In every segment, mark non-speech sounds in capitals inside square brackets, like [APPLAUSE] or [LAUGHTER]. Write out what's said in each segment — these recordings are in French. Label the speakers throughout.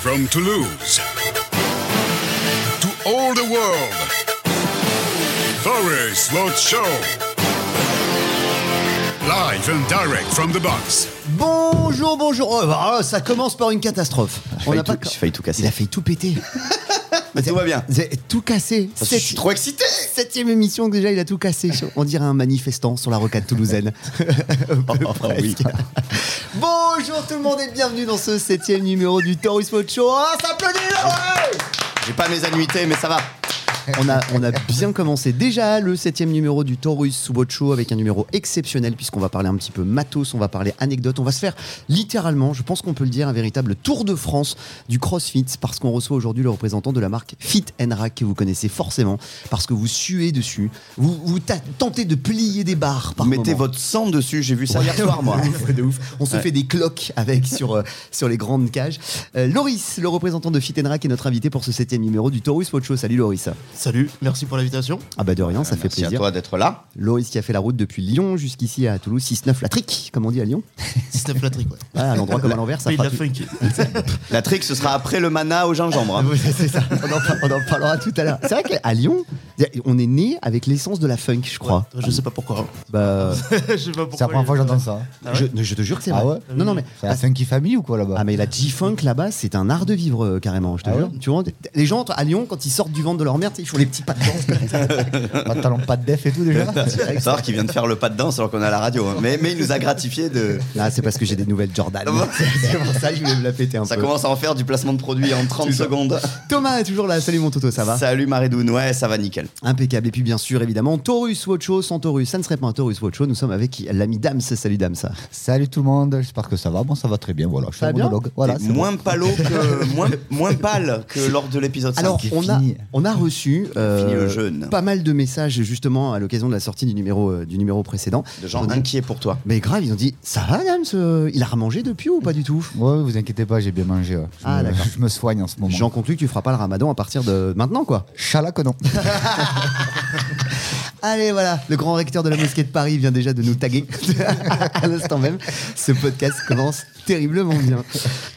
Speaker 1: From Toulouse to all the world, Boris Road Show. Live and direct from the box.
Speaker 2: Bonjour, bonjour. Oh, bah, ah, ça commence par une catastrophe.
Speaker 3: failli
Speaker 2: n'a
Speaker 3: tout-
Speaker 2: de-
Speaker 3: j'ai failli tout casser.
Speaker 2: Il a failli tout péter.
Speaker 3: Mais tout va bien.
Speaker 2: C'est- tout cassé.
Speaker 3: Ah, Je
Speaker 2: Sept-
Speaker 3: suis trop excité.
Speaker 2: Septième émission que déjà, il a tout cassé. On dirait un manifestant sur la rocade
Speaker 3: [LAUGHS]
Speaker 2: toulousaine.
Speaker 3: Oh, oui.
Speaker 2: [LAUGHS] Bonjour tout le monde et bienvenue dans ce septième numéro du Taurus Pod Show. Ah, ça applaudit ouais
Speaker 3: J'ai pas mes annuités, mais ça va.
Speaker 2: on a, on a bien commencé déjà le septième numéro du Taurus Watch Show avec un numéro exceptionnel puisqu'on va parler un petit peu matos, on va parler anecdote, on va se faire littéralement, je pense qu'on peut le dire, un véritable tour de France du CrossFit parce qu'on reçoit aujourd'hui le représentant de la marque Fit Rack que vous connaissez forcément parce que vous suez dessus, vous, vous ta- tentez de plier des barres par
Speaker 3: Vous mettez
Speaker 2: moment.
Speaker 3: votre sang dessus. J'ai vu ça hier soir, [LAUGHS] moi.
Speaker 2: De ouf, de ouf. On se fait des cloques avec sur, euh, sur les grandes cages. Euh, Loris, le représentant de Fit Rack est notre invité pour ce septième numéro du Taurus Watch Show. Salut Loris.
Speaker 4: Salut, merci pour l'invitation.
Speaker 2: Ah bah de rien, ça fait
Speaker 3: Merci à
Speaker 2: plaisir.
Speaker 3: toi d'être là.
Speaker 2: Loris qui a fait la route depuis Lyon jusqu'ici à Toulouse, 6-9 la trique, comme on dit à Lyon.
Speaker 4: Steph Latrick, ouais.
Speaker 2: Ah, à l'endroit comme à l'envers, ça
Speaker 4: Pays de
Speaker 2: fera
Speaker 4: la
Speaker 2: tout-
Speaker 4: funky.
Speaker 3: La trick, ce sera après le mana au gingembre. hein.
Speaker 2: Oui, [LAUGHS] c'est ça. On en, par- on en parlera tout à l'heure. C'est vrai qu'à Lyon, on est né avec l'essence de la funk, je crois.
Speaker 4: Je sais pas pourquoi. hein.
Speaker 2: Bah,
Speaker 4: [LAUGHS] Je sais pas pourquoi.
Speaker 5: Ah. C'est la première fois que j'entends ça.
Speaker 4: Ah
Speaker 2: je,
Speaker 4: ouais
Speaker 2: je te jure que c'est
Speaker 5: Ah
Speaker 2: vrai.
Speaker 5: ouais
Speaker 2: non, non, mais.
Speaker 5: C'est la Funky Family ou quoi là-bas
Speaker 2: Ah mais la G-Funk là-bas c'est un art de vivre euh, carrément je te
Speaker 5: Ah
Speaker 2: jure
Speaker 5: ouais
Speaker 2: tu vois les gens à Lyon quand ils sortent du ventre de leur merde ils font les petits pas de danse comme ça.
Speaker 5: [LAUGHS] Pas de talent, pas de def et tout déjà
Speaker 3: Faut savoir qu'il vient de faire le pas de danse alors qu'on est à la radio. hein. Mais, mais il nous a gratifié de.
Speaker 2: [LAUGHS] là c'est parce que j'ai des nouvelles
Speaker 5: Ah
Speaker 2: Jordan [LAUGHS] c'est pour ça que je voulais me la péter un
Speaker 3: Ça
Speaker 2: peu
Speaker 3: commence à en faire du placement de produit en 30 secondes.
Speaker 2: Thomas est toujours là salut mon Toto ça va
Speaker 3: Salut Maridoune. Ouais, ça va nickel.
Speaker 2: Impeccable. Et puis, bien sûr, évidemment, Taurus Watch Show. Sans Taurus, ça ne serait pas un Taurus Watch Show. Nous sommes avec l'ami Dams. Salut Dams.
Speaker 5: Salut tout le monde, j'espère que ça va. Bon, ça va très bien. Voilà, je suis
Speaker 2: Ça va
Speaker 5: un
Speaker 2: bien
Speaker 5: monologue. Voilà,
Speaker 3: T'es
Speaker 5: c'est
Speaker 3: moins palo que moins, moins pâle que lors de l'épisode 5.
Speaker 2: Alors,
Speaker 5: qui est
Speaker 2: on a,
Speaker 5: fini.
Speaker 2: on a reçu euh,
Speaker 3: Fini le jeûne.
Speaker 2: pas mal de messages, justement, à l'occasion de la sortie du numéro, euh, du numéro précédent.
Speaker 3: de gens
Speaker 2: On dit-
Speaker 3: inquiets pour toi.
Speaker 2: Mais grave, ils ont dit Ça va, Dams euh, Il a remangé depuis ou pas du tout
Speaker 5: bon. Ouais, vous inquiétez pas, j'ai bien mangé. ouais. Je,
Speaker 2: Ah,
Speaker 5: me,
Speaker 2: d'accord.
Speaker 5: [LAUGHS] je me soigne en ce moment.
Speaker 2: J'en conclus que tu feras pas le ramadan à partir de maintenant, quoi.
Speaker 5: Chalak non.
Speaker 2: Allez, voilà, le grand recteur de la mosquée de Paris vient déjà de nous taguer [LAUGHS] à l'instant même. Ce podcast commence terriblement bien.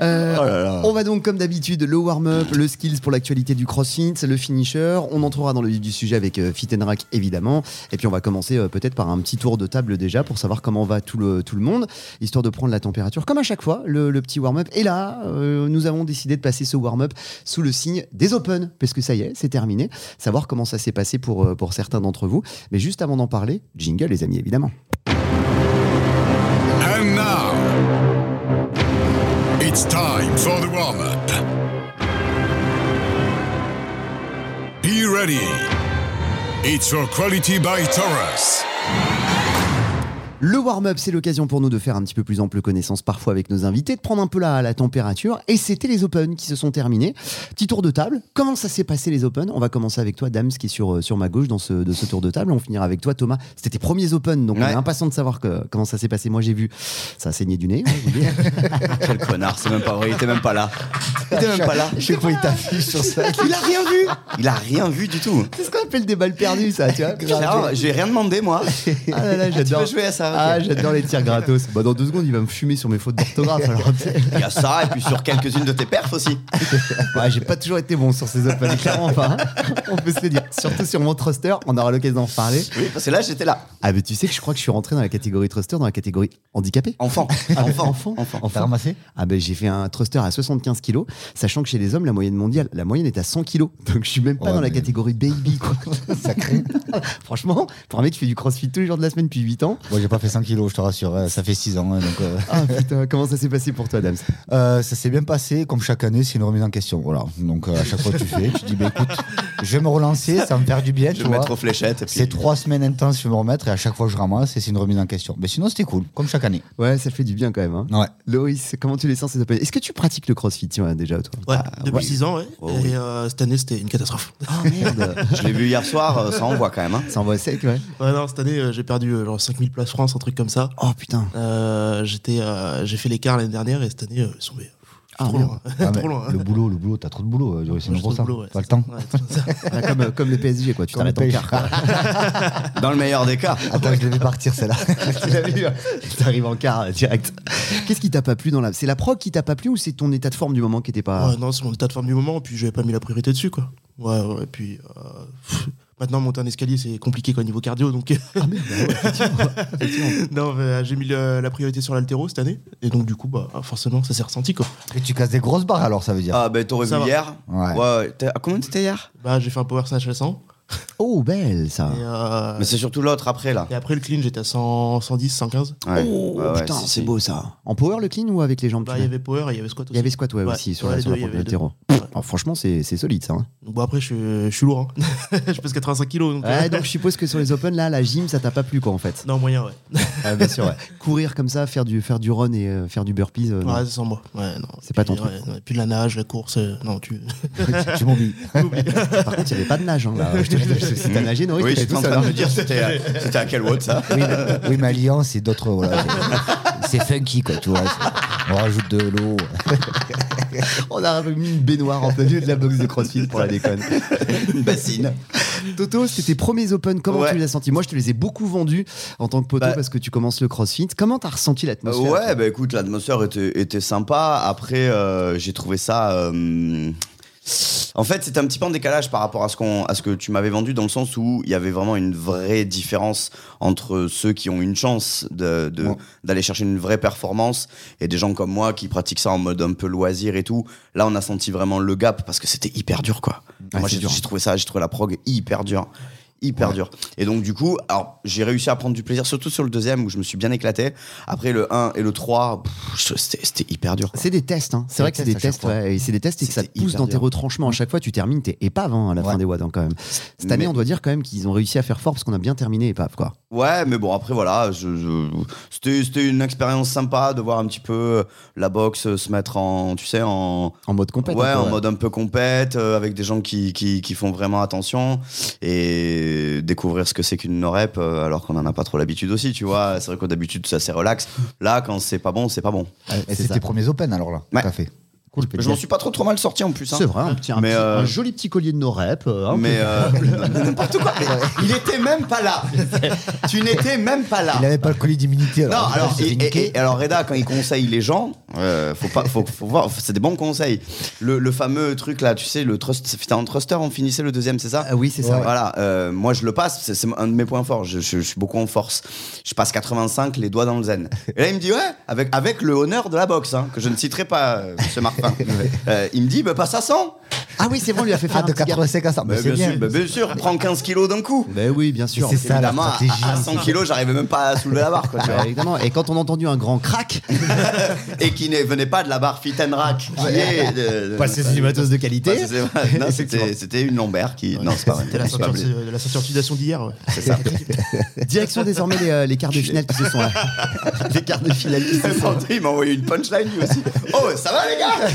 Speaker 2: Euh, On va donc, comme d'habitude, le warm-up, le skills pour l'actualité du crossfit, le finisher. On entrera dans le vif du sujet avec euh, Fit and Rack, évidemment. Et puis, on va commencer euh, peut-être par un petit tour de table déjà pour savoir comment va tout le, tout le monde, histoire de prendre la température, comme à chaque fois, le, le petit warm-up. Et là, euh, nous avons décidé de passer ce warm-up sous le signe des Open, parce que ça y est, c'est terminé. Savoir comment ça s'est passé pour, euh, pour certains d'entre vous. Mais juste avant d'en parler, jingle, les amis, évidemment.
Speaker 1: And now, it's time for the warm up. Be ready. It's your quality by Taurus.
Speaker 2: Le warm-up, c'est l'occasion pour nous de faire un petit peu plus ample connaissance parfois avec nos invités, de prendre un peu la, la température. Et c'était les Open qui se sont terminés. Petit tour de table. Comment ça s'est passé les Open On va commencer avec toi, Dams, qui est sur, euh, sur ma gauche dans ce, de ce tour de table. On finira avec toi, Thomas. C'était tes premiers Open, donc on
Speaker 3: Ouais.
Speaker 2: est impatient de savoir que- comment ça s'est passé. Moi, j'ai vu, ça a saigné du nez. hein, je vous
Speaker 3: [LAUGHS]
Speaker 2: le dis.
Speaker 3: Quel connard, c'est même pas vrai, il était même pas là. Il était même pas là.
Speaker 5: Je sais pas, il t'affiche sur ça.
Speaker 3: Il a rien vu Il a rien vu du tout.
Speaker 2: c'est ce qu'on appelle des balles perdues, ça, tu vois.
Speaker 3: Alors, j'ai rien demandé moi.
Speaker 2: Ah là là,
Speaker 3: [LAUGHS] Tu
Speaker 2: j'adore.
Speaker 3: veux jouer à ça
Speaker 2: Ah,
Speaker 3: ok.
Speaker 2: j'adore les tirs gratos. Bah, dans deux secondes, il va me fumer sur mes fautes d'orthographe. alors, tu sais.
Speaker 3: Il y a ça, et puis sur quelques-unes de tes perfs aussi.
Speaker 2: Ouais, j'ai pas toujours été bon sur ces open, clairement pas. hein. On peut se le dire. Surtout sur mon thruster, on aura l'occasion d'en reparler.
Speaker 3: Oui, parce que là, j'étais là.
Speaker 2: Ah, mais tu sais que je crois que je suis rentré dans la catégorie thruster, dans la catégorie handicapé.
Speaker 3: Enfant. Enfant.
Speaker 2: enfant,
Speaker 5: T'as ramassé
Speaker 2: Ah ben j'ai fait un thruster à 75 kilos, sachant que chez les hommes la moyenne mondiale, la moyenne est à 100 kilos, donc je suis même pas
Speaker 5: Ouais,
Speaker 2: dans la
Speaker 5: mais-
Speaker 2: catégorie baby [LAUGHS] quoi. Sacré. Franchement, pour un mec qui fait du crossfit tous les jours de la semaine depuis 8 ans,
Speaker 5: Bon, j'ai pas fait 100 kilos, je te rassure. euh, Ça fait 6 ans. hein, donc, euh,
Speaker 2: ah [LAUGHS] putain, comment ça s'est passé pour toi, Dams
Speaker 5: [LAUGHS] euh, ça s'est bien passé. Comme chaque année, c'est une remise en question. Voilà. Donc, euh, à chaque fois que tu fais, tu dis, bah écoute, je vais me relancer, ça va me faire du bien.
Speaker 3: Je
Speaker 5: tu
Speaker 3: vais me
Speaker 5: vois.
Speaker 3: mettre aux fléchettes. et puis-
Speaker 5: C'est trois semaines intenses, je vais me remettre et à chaque fois je ramasse et c'est une remise en question. Mais sinon c'était cool, comme chaque année.
Speaker 2: Ouais, ça fait du bien quand même. Hein.
Speaker 5: Ouais.
Speaker 2: Loïs, comment tu les sens ces open Est-ce que tu pratiques le crossfit tiens, déjà toi
Speaker 4: Ouais,
Speaker 5: Ah,
Speaker 2: ouais.
Speaker 4: depuis 6 ans, ouais.
Speaker 3: Oh,
Speaker 4: et
Speaker 3: oui.
Speaker 4: euh, cette année, c'était une catastrophe.
Speaker 2: Oh merde,
Speaker 3: Je l'ai vu hier soir, euh, ça envoie quand même. hein.
Speaker 2: ça envoie sec ouais.
Speaker 4: [LAUGHS] Ouais, non, cette année, euh, j'ai perdu euh, genre 5000 places France, un truc comme ça.
Speaker 2: Oh putain.
Speaker 4: Euh, j'étais, euh, j'ai fait l'écart l'année dernière et cette année, euh, ils sont mais,
Speaker 2: Ah,
Speaker 4: trop loin.
Speaker 5: Ah, mais
Speaker 4: trop loin.
Speaker 5: Le boulot, le boulot, t'as trop de boulot, euh, c'est
Speaker 4: J'ai
Speaker 5: non
Speaker 4: trop
Speaker 5: pour
Speaker 4: de
Speaker 5: ça.
Speaker 4: boulot, ouais,
Speaker 5: pas le
Speaker 4: c'est ça.
Speaker 5: temps.
Speaker 4: Ouais, c'est ça.
Speaker 2: Ah, comme, euh, comme le PSG, quoi. Tu
Speaker 5: Comme le
Speaker 2: t'arrêtes en
Speaker 5: PSG.
Speaker 2: quart. quoi.
Speaker 3: Dans le meilleur des cas.
Speaker 5: Attends, je devais
Speaker 2: [LAUGHS]
Speaker 5: partir celle-là.
Speaker 2: Tu l'as vu, hein T'arrives en quart euh, direct. Qu'est-ce qui t'a pas plu dans la. C'est la prog qui t'a pas plu ou c'est ton état de forme du moment qui était pas.
Speaker 4: Ouais, non, c'est mon état de forme du moment, puis j'avais pas mis la priorité dessus, quoi. Ouais, ouais, et puis. euh, pff, Maintenant, monter un escalier, c'est compliqué quoi, niveau cardio. Donc, euh,
Speaker 2: Ah, bah
Speaker 4: [LAUGHS] non, mais, euh, j'ai mis le- la priorité sur l'altéro cette année. Et donc, du coup, bah, forcément, ça s'est ressenti. Quoi.
Speaker 5: [LAUGHS] Et tu casses des grosses barres alors, ça veut dire.
Speaker 3: Ah, ben, t'aurais
Speaker 4: Ça
Speaker 3: vu
Speaker 4: va.
Speaker 3: hier.
Speaker 5: Ouais.
Speaker 3: Ouais, t'es- à combien t'étais hier
Speaker 4: Bah, j'ai fait un power snatch à 100.
Speaker 2: Oh, belle
Speaker 4: Et,
Speaker 2: ça.
Speaker 4: euh,
Speaker 3: Mais c'est surtout l'autre après, là.
Speaker 4: et après le clean, j'étais à 100, 110, 115.
Speaker 3: Ouais.
Speaker 2: Oh
Speaker 3: Ouais, ouais,
Speaker 2: putain,
Speaker 3: si,
Speaker 2: c'est
Speaker 3: si.
Speaker 2: beau ça. En power le clean ou avec les jambes
Speaker 4: Bah,
Speaker 2: tu
Speaker 4: il y
Speaker 2: l'as
Speaker 4: avait power et il y avait squat aussi.
Speaker 2: Il y avait squat ouais,
Speaker 4: Ouais,
Speaker 2: aussi sur
Speaker 4: ouais,
Speaker 2: la,
Speaker 4: les
Speaker 2: sur
Speaker 4: deux,
Speaker 2: la
Speaker 4: il y
Speaker 2: prog
Speaker 4: avait les deux.
Speaker 2: latéraux. Alors, franchement, c'est c'est solide ça. hein.
Speaker 4: Donc, bon, après, je, suis- je suis lourd. hein. [LAUGHS] je pèse 85 kilos. Donc, euh,
Speaker 2: Ouais, [LAUGHS] donc je suppose que sur les open là, la gym ça t'a pas plu quoi en fait.
Speaker 4: Non, moyen, ouais.
Speaker 2: Ah, bien sûr, [LAUGHS] ouais. Courir comme ça, faire du, faire du run et euh, faire du burpees. euh, non.
Speaker 4: Ouais, c'est sans moi. Ouais, non.
Speaker 2: C'est pas
Speaker 4: Puis,
Speaker 2: ton truc.
Speaker 4: ouais, non, et puis la nage, la course. euh, non, tu.
Speaker 5: tu tu m'oublies.
Speaker 2: Par contre, il n'y avait pas de nage. Hein, là. Je [LAUGHS] te- je- si t'as nagé, non,
Speaker 3: Oui,
Speaker 2: t'étais
Speaker 3: j'étais
Speaker 2: tout
Speaker 3: en
Speaker 2: seul,
Speaker 3: train de
Speaker 2: hein.
Speaker 3: me dire, c'était à- c'était à quelle watt, ça
Speaker 5: [LAUGHS] Oui, mais- oui, mais Alliance, c'est d'autres. voilà, c'est- c'est funky, quoi, tu vois. c'est- On rajoute de l'eau.
Speaker 2: On a mis une baignoire en plein milieu de la boxe de CrossFit pour la
Speaker 3: [LAUGHS]
Speaker 2: déconne.
Speaker 3: Une bassine.
Speaker 2: Toto, c'était tes premiers Open. Comment
Speaker 3: Ouais.
Speaker 2: tu les as sentis Moi, je te les ai beaucoup vendus en tant que poteau
Speaker 3: Bah.
Speaker 2: parce que tu commences le CrossFit. Comment t'as ressenti l'atmosphère
Speaker 3: ouais, bah écoute, l'atmosphère était, était sympa. Après, euh, j'ai trouvé ça. euh, en fait, c'était un petit peu en décalage par rapport à ce, qu'on, à ce que tu m'avais vendu, dans le sens où il y avait vraiment une vraie différence entre ceux qui ont une chance de, de-
Speaker 5: Ouais.
Speaker 3: d'aller chercher une vraie performance et des gens comme moi qui pratiquent ça en mode un peu loisir et tout. Là, on a senti vraiment le gap parce que c'était hyper dur, quoi.
Speaker 2: Ouais,
Speaker 3: moi,
Speaker 2: c'est
Speaker 3: j'ai,
Speaker 2: dur. hein.
Speaker 3: j'ai trouvé ça, j'ai trouvé la prog hyper dure. Hyper dur. Et donc, du coup, alors, j'ai réussi à prendre du plaisir, surtout sur le deuxième où je me suis bien éclaté. Après, le 1 et le 3, pff, c'était c'était hyper dur. quoi.
Speaker 2: C'est des tests, hein. c'est
Speaker 5: C'est
Speaker 2: vrai
Speaker 5: des
Speaker 2: que c'est
Speaker 5: tests
Speaker 2: des
Speaker 5: à
Speaker 2: tests,
Speaker 5: chaque fois.
Speaker 2: ouais, et c'est des tests et que ça te
Speaker 3: C'était
Speaker 2: pousse
Speaker 3: hyper
Speaker 2: dans tes
Speaker 3: dur.
Speaker 2: retranchements. À chaque fois, tu termines, t'es épave hein, à la fin
Speaker 5: Ouais.
Speaker 2: des WAD hein, quand même. Cette année,
Speaker 3: Mais-
Speaker 2: on doit dire quand même qu'ils ont réussi à faire fort parce qu'on a bien terminé épave quoi.
Speaker 3: Ouais, mais bon, après, voilà, je- je- c'était c'était une expérience sympa de voir un petit peu euh, la boxe se mettre en, tu sais, en,
Speaker 2: En mode compète.
Speaker 3: ouais,
Speaker 2: un peu,
Speaker 3: en mode un peu compète, euh, avec des gens qui, qui, qui font vraiment attention et découvrir ce que c'est qu'une no-rep euh, alors qu'on n'en a pas trop l'habitude aussi, tu vois. C'est vrai que d'habitude, c'est assez relax. Là, quand c'est pas bon, c'est pas bon.
Speaker 5: Et
Speaker 2: c'est
Speaker 5: c'est
Speaker 2: ça.
Speaker 5: tes premiers Open, alors là.
Speaker 3: Ouais.
Speaker 5: Tout à fait. Cool,
Speaker 3: Je m'en suis pas trop trop mal sorti en plus. hein.
Speaker 2: C'est vrai, un, petit, un
Speaker 3: Mais,
Speaker 2: petit-
Speaker 3: euh,
Speaker 2: un joli petit collier de nos reps. euh, hein, [LAUGHS]
Speaker 3: Mais euh, [LAUGHS] n'importe quoi. mais il était même pas là. tu n'étais même pas là.
Speaker 5: Il n'avait pas le colis d'immunité.
Speaker 3: Non,
Speaker 5: Alors,
Speaker 3: alors,
Speaker 5: il s'est
Speaker 3: et-
Speaker 5: fait niquer.
Speaker 3: et- et alors Reda, quand il conseille les gens, euh, faut pas, faut, faut voir, c'est des bons conseils. Le, le fameux truc là, tu sais, le trust, c'était un truster, on finissait le deuxième, c'est ça
Speaker 2: Ah oui, c'est ça, ouais.
Speaker 3: Voilà, euh, moi je le passe, c'est c'est un de mes points forts. Je, je- je suis beaucoup en force. Je passe 85, les doigts dans le zen. Et là, il me dit ouais, avec avec le honneur de la boxe, hein, que je ne citerai pas, euh,
Speaker 2: [LAUGHS]
Speaker 3: Monsieur Martin. Euh, il me dit bah passe à 100.
Speaker 2: Ah oui, c'est bon, on lui
Speaker 3: [LAUGHS]
Speaker 2: a fait faire
Speaker 5: Ah,
Speaker 2: un
Speaker 5: de
Speaker 2: petit gars.
Speaker 5: 85 à ça. Mais
Speaker 3: Bah,
Speaker 5: c'est bien.
Speaker 3: sûr, bah, bien sûr, prends 15 kilos d'un coup.
Speaker 2: Ben oui, bien sûr.
Speaker 5: C'est ça, la
Speaker 3: Évidemment, à-
Speaker 5: stratégie.
Speaker 3: à, 100 kilos, j'arrivais même pas à soulever la
Speaker 2: [LAUGHS]
Speaker 3: barre. Quoi, tu vois.
Speaker 2: Bah, évidemment. Et quand on a entendu un grand crack,
Speaker 3: et qui ne venait pas de la barre Fit and Rack, qui est
Speaker 5: [LAUGHS]
Speaker 3: de-
Speaker 2: Pas ces animateurs de qualité.
Speaker 3: Pas ces- non,
Speaker 2: Effectivement.
Speaker 3: c'était c'était une lombaire qui. Non, c'est pas vrai.
Speaker 4: C'était la
Speaker 3: C'est pas
Speaker 4: ceinture,
Speaker 3: vrai.
Speaker 4: c'est la ceinture sudation d'hier. Ouais.
Speaker 3: C'est ça.
Speaker 2: direction désormais les, euh, les quarts de finale qui se sont. les quarts de finale qui se sont.
Speaker 3: Il m'a envoyé une punchline lui aussi. Oh, ça va les gars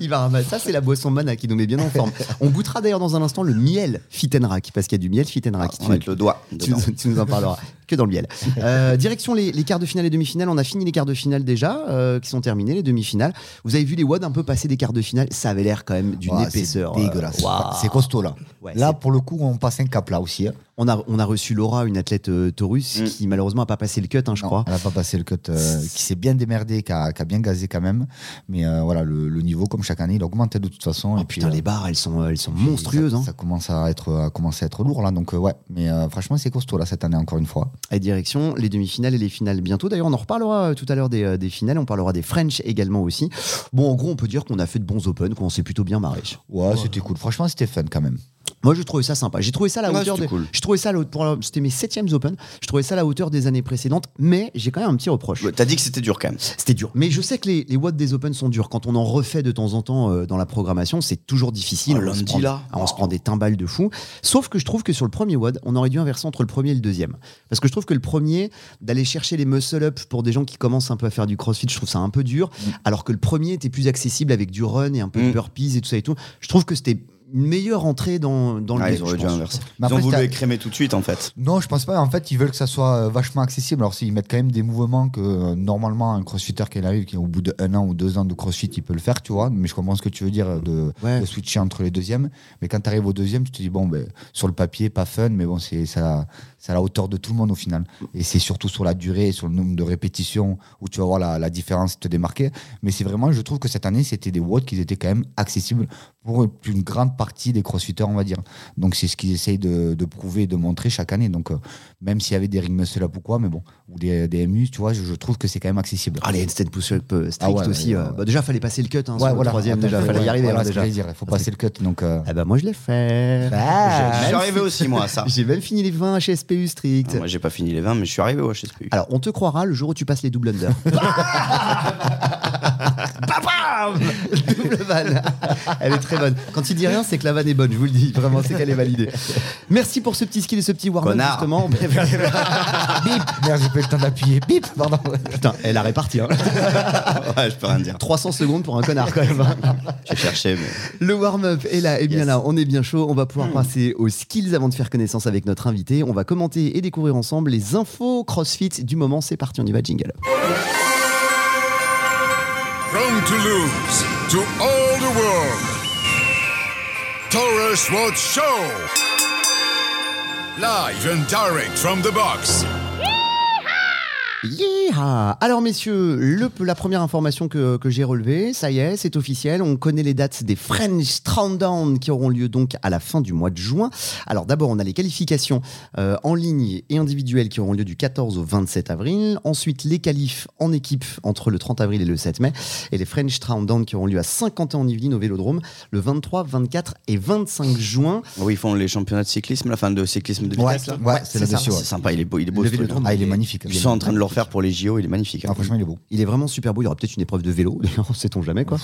Speaker 2: Il va ramasser. Ça, c'est la boisson mana qui nous met bien en forme. On goûtera d'ailleurs dans un instant le miel Fitenrack, parce qu'il y a du miel Fitenrack.
Speaker 3: Ah, On va mettre le doigt.
Speaker 2: tu,
Speaker 3: dedans.
Speaker 2: nous- tu nous en parleras que dans le miel. Euh, direction les, les quarts de finale et demi-finale. On a fini les quarts de finale déjà, euh, qui sont terminés, les demi-finales. Vous avez vu les WOD un peu passer des quarts de finale. Ça avait l'air quand même d'une
Speaker 5: Ouah,
Speaker 2: épaisseur.
Speaker 5: Ah, C'est
Speaker 2: euh,
Speaker 5: dégueulasse.
Speaker 2: waouh.
Speaker 5: C'est costaud, là.
Speaker 2: Ouais,
Speaker 5: là,
Speaker 2: c'est-
Speaker 5: pour le coup, on passe un cap, là aussi. hein.
Speaker 2: On a, on a reçu Laura, une athlète euh, Taurus,
Speaker 3: Mm.
Speaker 2: qui malheureusement a pas passé le cut, hein, je
Speaker 5: Non, Ah,
Speaker 2: crois.
Speaker 5: Elle n'a pas passé le cut, euh, qui s'est bien démerdé, qui a, qui a bien gazé quand même. Mais euh, voilà, le, le niveau, comme chaque année, il augmentait de toute façon.
Speaker 2: Oh,
Speaker 5: et puis,
Speaker 2: putain,
Speaker 5: euh,
Speaker 2: les barres, elles sont, elles sont
Speaker 5: puis
Speaker 2: monstrueuses.
Speaker 5: Ça,
Speaker 2: hein.
Speaker 5: ça commence à être, à commencer à être lourd là. Donc euh, ouais, mais euh, franchement, c'est costaud là cette année encore une fois.
Speaker 2: Et direction les demi-finales et les finales bientôt. D'ailleurs, on en reparlera euh, tout à l'heure des, euh, des finales. On parlera des French également aussi. Bon, en gros, on peut dire qu'on a fait de bons Open, qu'on s'est plutôt bien marré.
Speaker 5: Ouais, c'était cool. Franchement, c'était fun quand même.
Speaker 2: Moi, je trouvais ça sympa. J'ai trouvé ça à la
Speaker 3: Ouais,
Speaker 2: hauteur.
Speaker 3: c'était
Speaker 2: Des...
Speaker 3: cool.
Speaker 2: Je trouvais ça à la haute- pour la- c'était mes septièmes Open. Je trouvais ça à la hauteur des années précédentes, mais j'ai quand même un petit reproche.
Speaker 3: T'as dit que c'était dur quand même.
Speaker 2: C'était dur. Mais je sais que les, les watts des Open sont durs. Quand on en refait de temps en temps euh, dans la programmation, c'est toujours difficile.
Speaker 3: Oh,
Speaker 2: on, se
Speaker 3: lundi,
Speaker 2: prend,
Speaker 3: là.
Speaker 2: Ah, on se prend des timbales de fou. Sauf que je trouve que sur le premier WOD, on aurait dû inverser entre le premier et le deuxième. Parce que je trouve que le premier, d'aller chercher les muscle-up pour des gens qui commencent un peu à faire du crossfit, je trouve ça un peu dur. Alors que le premier était plus accessible avec du run et un peu de
Speaker 3: Mm.
Speaker 2: burpees et tout ça et tout. Je trouve que c'était. une meilleure entrée dans, dans le
Speaker 3: Ah,
Speaker 2: deck,
Speaker 3: ils auraient
Speaker 2: je
Speaker 3: dû
Speaker 2: pense.
Speaker 3: inverser.
Speaker 5: Mais
Speaker 3: Ils ont
Speaker 5: après,
Speaker 3: voulu
Speaker 5: t'as-
Speaker 3: écrémer tout de suite en fait.
Speaker 5: Non, je pense pas. En fait, ils veulent que ça soit euh, vachement accessible. Alors, s'ils mettent quand même des mouvements que euh, normalement un crossfitter qui arrive, qui au bout d'un an ou deux ans de crossfit, il peut le faire, tu vois. Mais je comprends ce que tu veux dire euh, de,
Speaker 2: Ouais.
Speaker 5: de switcher entre les deuxièmes. Mais quand tu arrives au deuxième, tu te dis, bon, ben, sur le papier, pas fun, mais bon, c'est ça, c'est à la hauteur de tout le monde au final. Et c'est surtout sur la durée, et sur le nombre de répétitions où tu vas voir la, la différence te démarquer. Mais c'est vraiment, je trouve que cette année, c'était des watts qui étaient quand même accessibles pour une grande partie des crossfitters, on va dire. Donc c'est ce qu'ils essayent de, de prouver et de montrer chaque année. Donc euh, même s'il y avait des ring muscle up ou quoi, mais bon, ou des, des MU, tu vois, je, je trouve que c'est quand même accessible.
Speaker 2: Ah, les headstand push-up euh, strict
Speaker 5: Ah ouais,
Speaker 2: aussi.
Speaker 5: ouais,
Speaker 2: euh,
Speaker 5: ouais.
Speaker 2: bah, déjà, fallait passer le cut hein, sur le troisième.
Speaker 5: Attends,
Speaker 2: Déjà,
Speaker 5: ouais,
Speaker 2: fallait y arriver.
Speaker 5: voilà
Speaker 2: hein,
Speaker 5: ce que
Speaker 2: déjà.
Speaker 5: j'allais dire. Il faut passer le cut. Donc, euh,
Speaker 2: Ah bah moi je l'ai fait.
Speaker 5: Ah.
Speaker 3: Je
Speaker 2: J'ai
Speaker 3: suis
Speaker 2: même
Speaker 3: arrivé
Speaker 2: fi-
Speaker 3: aussi moi
Speaker 2: [LAUGHS]
Speaker 3: à ça.
Speaker 2: J'ai même fini les 20 HSPU strict.
Speaker 3: Ah, Moi j'ai pas fini les 20 mais je suis arrivé au HSPU.
Speaker 2: Alors on te croira le jour où tu passes les double
Speaker 3: [LAUGHS]
Speaker 2: under. Bam [LAUGHS] Bam Double vanne. Elle est très bonne. Quand il dit rien, c'est que la vanne est bonne, je vous le dis. Vraiment, c'est qu'elle est validée. Merci pour ce petit skill et ce petit warm-up
Speaker 3: Connard. [LAUGHS]
Speaker 2: justement.
Speaker 5: bip [LAUGHS] Merde, j'ai pas eu le temps d'appuyer. Bip Pardon.
Speaker 2: Putain, elle a réparti. hein.
Speaker 3: [LAUGHS]
Speaker 2: [LAUGHS]
Speaker 3: ouais, je peux rien dire.
Speaker 2: 300 secondes pour un connard quand même. hein.
Speaker 3: J'ai cherché
Speaker 2: [LAUGHS]
Speaker 3: mais
Speaker 2: Le warm-up est là, et bien
Speaker 3: Yes.
Speaker 2: là, on est bien chaud. On va pouvoir passer aux skills avant de faire connaissance avec notre invité. On va commenter et découvrir ensemble les infos CrossFit du moment. C'est parti, on y va, jingle.
Speaker 1: From Toulouse to all the world. Torres Watch Show. Live and direct from the box.
Speaker 2: Yeah Alors messieurs, le, la première information que, que j'ai relevée, ça y est, c'est officiel, on connaît les dates des French Down qui auront lieu donc à la fin du mois de juin. Alors d'abord, on a les qualifications euh, en ligne et individuelles qui auront lieu du 14 au 27 avril. Ensuite, les qualifs en équipe entre le 30 avril et le 7 mai. Et les French Down qui auront lieu à 50 ans en Yvelines au Vélodrome le 23, 24 et 25 juin.
Speaker 3: oui, ils font les championnats de cyclisme, la fin de cyclisme de
Speaker 5: Ouais,
Speaker 3: vitesse là.
Speaker 5: ouais, c'est
Speaker 3: ça.
Speaker 5: là-dessus. ouais.
Speaker 3: C'est sympa, il est beau, il est beau.
Speaker 2: Le
Speaker 3: ce truc,
Speaker 2: Vélodrome.
Speaker 3: hein.
Speaker 5: Ah, il est magnifique.
Speaker 3: Ils sont en train de le refaire pour les JO, il est magnifique. hein.
Speaker 5: Ah, franchement, il est beau.
Speaker 2: Il est vraiment super beau. Il y aura peut-être une épreuve de vélo, [LAUGHS] d'ailleurs, sait-on jamais
Speaker 5: [LAUGHS]
Speaker 2: quoi.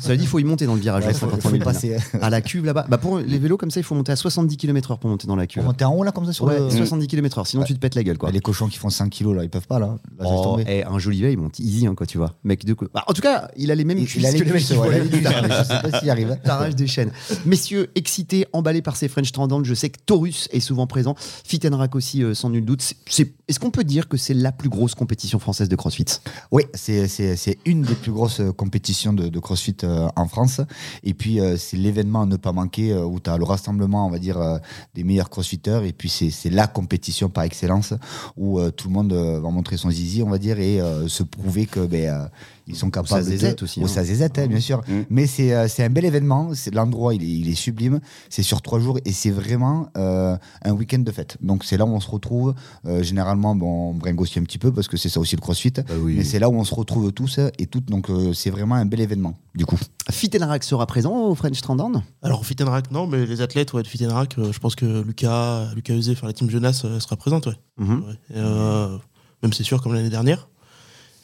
Speaker 2: Cela dit, il faut y monter dans le virage.
Speaker 5: Ouais,
Speaker 2: à
Speaker 5: faut-
Speaker 2: 50
Speaker 5: faut y
Speaker 2: Yvelines.
Speaker 5: passer.
Speaker 2: à la cuve là-bas. Bah pour les vélos comme ça, il faut monter à 70 km/h pour monter dans la
Speaker 5: Tu
Speaker 2: cuve.
Speaker 5: montes en haut là comme ça sur
Speaker 2: Ouais,
Speaker 5: le.
Speaker 2: 70 km/h, sinon tu te pètes la gueule quoi.
Speaker 5: Ouais, Les cochons qui font 5 kilos là, ils peuvent pas là. Là, laisse
Speaker 2: Oh,
Speaker 5: tomber.
Speaker 2: eh, un joli veille, il monte easy hein, quoi, tu vois. Mec de quoi. Bah, en tout cas, il a les mêmes
Speaker 5: Il-
Speaker 2: cuisses
Speaker 5: Il a les
Speaker 2: que les mecs
Speaker 5: cuisses,
Speaker 2: qui
Speaker 5: ouais,
Speaker 2: font
Speaker 5: il a
Speaker 2: la
Speaker 5: les
Speaker 2: lutte,
Speaker 5: cuisses,
Speaker 2: hein.
Speaker 5: mais Je sais pas s'il
Speaker 2: [LAUGHS]
Speaker 5: arrive. hein.
Speaker 2: T'arraches des chaînes. Messieurs, excités, emballés par ces French tendantes, je sais que Taurus est souvent présent. Fit and Rack aussi, euh, sans nul doute. C'est- c'est- Est-ce qu'on peut dire que c'est la plus grosse compétition française de CrossFit
Speaker 5: Oui, c'est- c'est c'est une des plus grosses euh, compétitions de, de CrossFit euh, en France. Et puis, euh, c'est l'événement à ne pas manquer euh, où tu as le rassemblement, on va dire, euh, des meilleurs CrossFitters. Et puis, c'est c'est la compétition par excellence où euh, tout le monde euh, va montrer son zizi, on va dire, et euh, se prouver que ben, euh, ils sont capables de-
Speaker 2: SAZZ aussi,
Speaker 5: Au
Speaker 2: hein.
Speaker 5: SAZZ, hein, bien sûr.
Speaker 3: Mm.
Speaker 5: Mais c'est euh, c'est un bel événement. C'est- L'endroit, il, est- il est sublime. C'est sur trois jours et c'est vraiment euh, un week-end de fête. Donc, c'est là où on se retrouve. Euh, généralement, bon, on bringue aussi un petit peu parce que c'est ça aussi le CrossFit.
Speaker 3: Bah
Speaker 5: Mais c'est là où on se retrouve tous et toutes, donc euh, c'est vraiment un bel événement, du coup.
Speaker 2: Fit and Rack sera présent au French Tendance
Speaker 4: [LAUGHS] Alors, Fit and Rack, non, mais les athlètes, ouais, de Fit and Rack, euh, je pense que Lucas, Lucas Eusé, enfin la team jeunesse, euh, sera présente, ouais. Ouais. Et, euh, même c'est sûr, comme l'année dernière.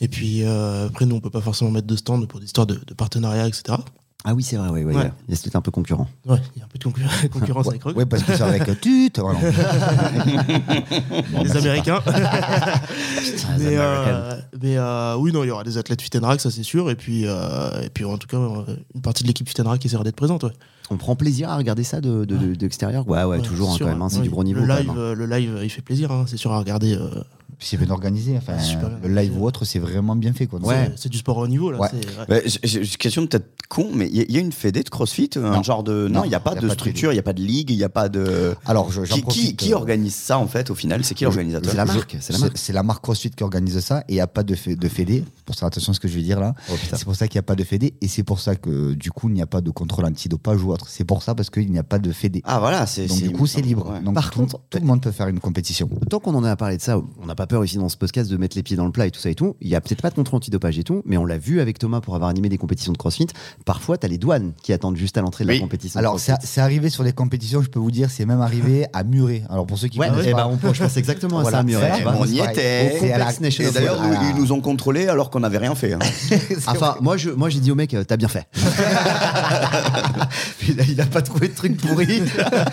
Speaker 4: Et puis, euh, après, nous, on peut pas forcément mettre de stand pour des histoires de, de partenariat, etc.
Speaker 2: Ah oui, c'est vrai, oui, oui.
Speaker 4: Ouais.
Speaker 2: Il y a c'était un peu concurrent.
Speaker 4: Ouais, il y a un peu de concurrence, [LAUGHS] concurrence
Speaker 5: Ouais,
Speaker 4: avec Rogue.
Speaker 5: ouais, parce que c'est avec euh, tut, voilà.
Speaker 3: bah,
Speaker 4: les Américains. [LAUGHS] mais
Speaker 2: Américains.
Speaker 4: euh, mais, euh, oui, non, il y aura des athlètes Fit and Rack, ça c'est sûr. Et puis, euh, et puis, en tout cas, euh, une partie de l'équipe Fit and Rack essaiera d'être présente, ouais.
Speaker 2: On prend plaisir à regarder ça de, de, de- d'extérieur. Ouais, ouais,
Speaker 4: Ouais,
Speaker 2: toujours
Speaker 4: c'est
Speaker 2: hein,
Speaker 4: sûr,
Speaker 2: quand même. hein,
Speaker 4: ouais.
Speaker 2: c'est
Speaker 4: Oui,
Speaker 2: du gros niveau.
Speaker 4: Le
Speaker 2: quand
Speaker 4: live,
Speaker 2: même, hein.
Speaker 4: euh, le live, euh, il fait plaisir, hein, c'est sûr à regarder. euh,
Speaker 5: Puis c'est bien organisé, enfin,
Speaker 4: Super bien
Speaker 5: le live ou autre, c'est vraiment bien fait, quoi. Donc,
Speaker 2: Ouais.
Speaker 4: c'est- C'est du sport au niveau, là.
Speaker 5: Ouais.
Speaker 4: c'est-
Speaker 3: Ouais,
Speaker 4: ouais.
Speaker 3: j'ai- j'ai une question peut-être con, mais il y, a- il y a une fédé de CrossFit, euh, un
Speaker 5: Non.
Speaker 3: genre de. Non,
Speaker 5: Non,
Speaker 3: il n'y a pas
Speaker 5: il y a
Speaker 3: de
Speaker 5: pas de
Speaker 3: structure, il n'y a pas de ligue, il n'y a pas de.
Speaker 5: Alors, je- j'en
Speaker 3: Qui, qui,
Speaker 5: profite,
Speaker 3: qui
Speaker 5: euh,
Speaker 3: organise ça en fait au final C'est qui
Speaker 5: je-
Speaker 3: l'organisateur
Speaker 2: C'est la
Speaker 5: je-
Speaker 2: marque, c'est la marque.
Speaker 5: C'est la marque CrossFit qui organise ça et il n'y a pas de, fé- de fédé. C'est Pour ça, attention à ce que je vais dire là.
Speaker 2: Oh, putain.
Speaker 5: c'est pour ça qu'il n'y a pas de fédé et c'est pour ça que du coup il n'y a pas de contrôle antidopage ou autre. C'est pour ça parce qu'il n'y a pas de fédé.
Speaker 3: Ah voilà, c'est.
Speaker 5: Donc du coup c'est libre.
Speaker 3: ouais.
Speaker 5: Donc
Speaker 2: Par
Speaker 5: tout,
Speaker 2: contre- euh,
Speaker 5: tout le monde peut faire une compétition.
Speaker 2: Tant qu'on en a parlé de ça, on n'a pas peur ici dans ce podcast de mettre les pieds dans le plat et tout ça et tout. Il y a peut-être pas de contrôle antidopage et tout, mais on l'a vu avec Thomas pour avoir animé des compétitions de CrossFit. Parfois, t'as les douanes qui attendent juste à l'entrée de
Speaker 3: Oui.
Speaker 2: la compétition. de
Speaker 5: Alors
Speaker 2: CrossFit. [LAUGHS]
Speaker 5: c'est c'est arrivé sur des compétitions, je peux vous dire, c'est même arrivé à Muret. Alors pour ceux qui
Speaker 2: Ouais,
Speaker 5: connaissent
Speaker 2: eh
Speaker 5: pas,
Speaker 2: ben, on pense- je pense exactement à
Speaker 5: Voilà,
Speaker 2: ça, Muret,
Speaker 5: ah, bah,
Speaker 2: Bah,
Speaker 5: c'est
Speaker 2: tu vois.
Speaker 3: vrai, Eh ben, on y
Speaker 5: pareil.
Speaker 3: était.
Speaker 5: Au
Speaker 2: Et à la-
Speaker 5: complexe Ah.
Speaker 2: et
Speaker 3: Et
Speaker 5: National
Speaker 3: d'ailleurs,
Speaker 5: Football.
Speaker 3: nous- ils nous ont contrôlés alors qu'on n'avait rien fait. hein.
Speaker 2: Enfin, moi, je, moi, j'ai dit au mec, euh, t'as bien [LAUGHS] fait. il, a, il a pas trouvé de truc [LAUGHS]
Speaker 5: [LAUGHS]
Speaker 2: pourri.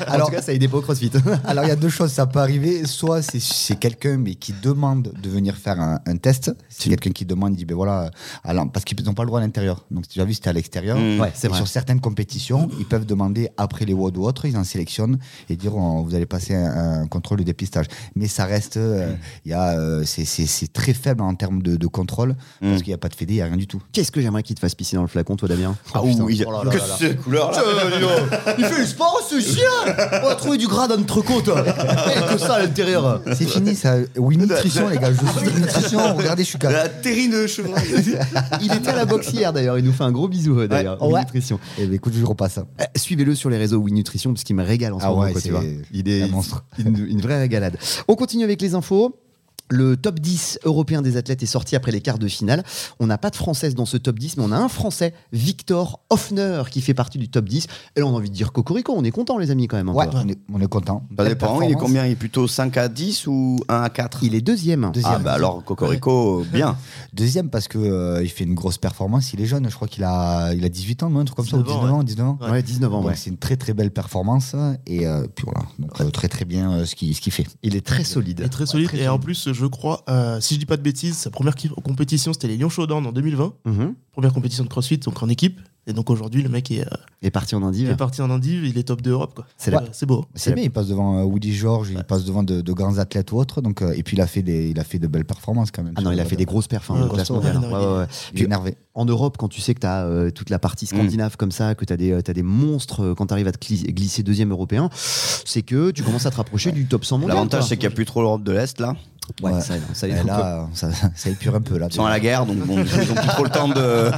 Speaker 2: Alors, en tout cas, ça a aidé pas au CrossFit.
Speaker 5: Alors il y a deux choses, ça peut arriver. Soit c'est- c'est quelqu'un mais qui de demande de venir faire un, un test, si quelqu'un qui demande dit, ben voilà, alors, parce qu'ils n'ont pas le droit à l'intérieur. Donc, tu as vu, c'était à l'extérieur.
Speaker 3: Mm.
Speaker 2: Ouais, c'est
Speaker 5: Et
Speaker 2: vrai.
Speaker 5: Sur certaines compétitions, ils peuvent demander après les WOD ou autres, ils en sélectionnent et dire on- vous allez passer un, un contrôle de dépistage. Mais ça reste, euh,
Speaker 3: Mmh.
Speaker 5: il y a, euh, c'est- c'est c'est très faible en termes de, de contrôle parce
Speaker 3: Mm.
Speaker 5: qu'il n'y a pas de fédé, il n'y a
Speaker 3: [LAUGHS]
Speaker 5: rien du tout.
Speaker 2: Qu'est-ce que j'aimerais qu'il te fasse pisser dans le flacon, toi, Damien
Speaker 3: Ah
Speaker 2: putain.
Speaker 3: oui,
Speaker 5: Oh là là
Speaker 3: que
Speaker 5: là là.
Speaker 3: ces couleurs là
Speaker 2: Il fait le sport, ce chien On va trouver du gras dans notre côte que ça à l'intérieur
Speaker 5: C'est fini ça. Oui, nutrition les gars,
Speaker 3: [LAUGHS]
Speaker 5: je vous dis nutrition. Regardez, je suis calme.
Speaker 3: La terrine de
Speaker 5: [LAUGHS]
Speaker 3: chevreuil.
Speaker 2: Il était à la boxe hier, d'ailleurs. Il nous fait un gros bisou, euh, d'ailleurs.
Speaker 5: Ouais.
Speaker 2: Nutrition.
Speaker 5: Eh ben, écoute, je repasse.
Speaker 2: Euh, Suivez-le sur les réseaux WinNutrition parce qu'il me régale en ce
Speaker 5: Ah
Speaker 2: moment.
Speaker 5: ouais,
Speaker 2: quoi, tu
Speaker 5: c'est
Speaker 2: vois. Il est
Speaker 5: un monstre.
Speaker 2: [LAUGHS] Une, une vraie régalade. On continue avec les infos. Le top 10 européen des athlètes est sorti après les quarts de finale. On n'a pas de française dans ce top 10, mais on a un français, Victor Hoffner, qui fait partie du top 10. Et là, on a envie de dire Cocorico, on est content, les amis, quand même. hein, un
Speaker 5: Ouais,
Speaker 2: peu.
Speaker 5: on est, on est content.
Speaker 3: Ça
Speaker 5: Belle
Speaker 3: dépend, il est
Speaker 5: performance.
Speaker 3: combien Il est plutôt 5 à 10 ou 1 à 4
Speaker 2: Il est deuxième.
Speaker 5: Deuxième.
Speaker 3: Ah bah alors Cocorico, bien.
Speaker 5: Deuxième parce que euh, il fait une grosse performance. Il est jeune, je crois qu'il a, il a 18 ans, non, un truc comme ça, ou
Speaker 4: 19 ans,
Speaker 5: 19 ans, 19 ans.
Speaker 2: Ah, Ouais, 19 ans,
Speaker 5: Donc,
Speaker 2: ouais.
Speaker 5: C'est une très très belle performance et euh, puis voilà, donc euh, très très bien euh, ce qu'il ce qu'il fait.
Speaker 2: Il est très
Speaker 4: Il
Speaker 2: solide.
Speaker 4: est très solide. et en plus, je crois, euh, si je dis pas de bêtises, sa première qui- compétition, c'était les Lions Showdown en 2020.
Speaker 2: Mhm.
Speaker 4: Première compétition de CrossFit, donc en équipe. Et donc aujourd'hui, le mec est, euh,
Speaker 2: Et parti en
Speaker 4: il
Speaker 2: Indive.
Speaker 4: est parti en Indive, il est top de Europe. quoi.
Speaker 2: C'est la-
Speaker 4: Ouais, C'est beau.
Speaker 5: C'est bien, il passe devant euh, Woody George, il passe devant de, de grands athlètes ou autres. Donc, euh, et puis il a, fait des, il a fait de belles performances quand même.
Speaker 2: Ah non, il a fait des grosses perfs hein,
Speaker 4: Ouais,
Speaker 2: au classement.
Speaker 4: costaud, ouais,
Speaker 2: Ouais, Mm.
Speaker 4: non,
Speaker 2: ouais, ouais.
Speaker 5: Il est énervé.
Speaker 2: En Europe, quand tu sais que tu as toute la partie scandinave comme ça, que tu as, as des monstres euh, quand tu arrives à te glis- glisser deuxième européen, c'est que tu commences à te rapprocher du top 100 mondial.
Speaker 3: L'avantage
Speaker 2: quoi.
Speaker 3: c'est qu'il n'y a plus trop l'Europe de l'Est là.
Speaker 2: Ouais,
Speaker 5: Ouais.
Speaker 2: ça, aide, ça
Speaker 5: Et
Speaker 2: aide un peu.
Speaker 5: là, euh, ça, ça épure un peu. Là,
Speaker 3: Ils sont à la guerre donc bon, ils ont plus trop le temps de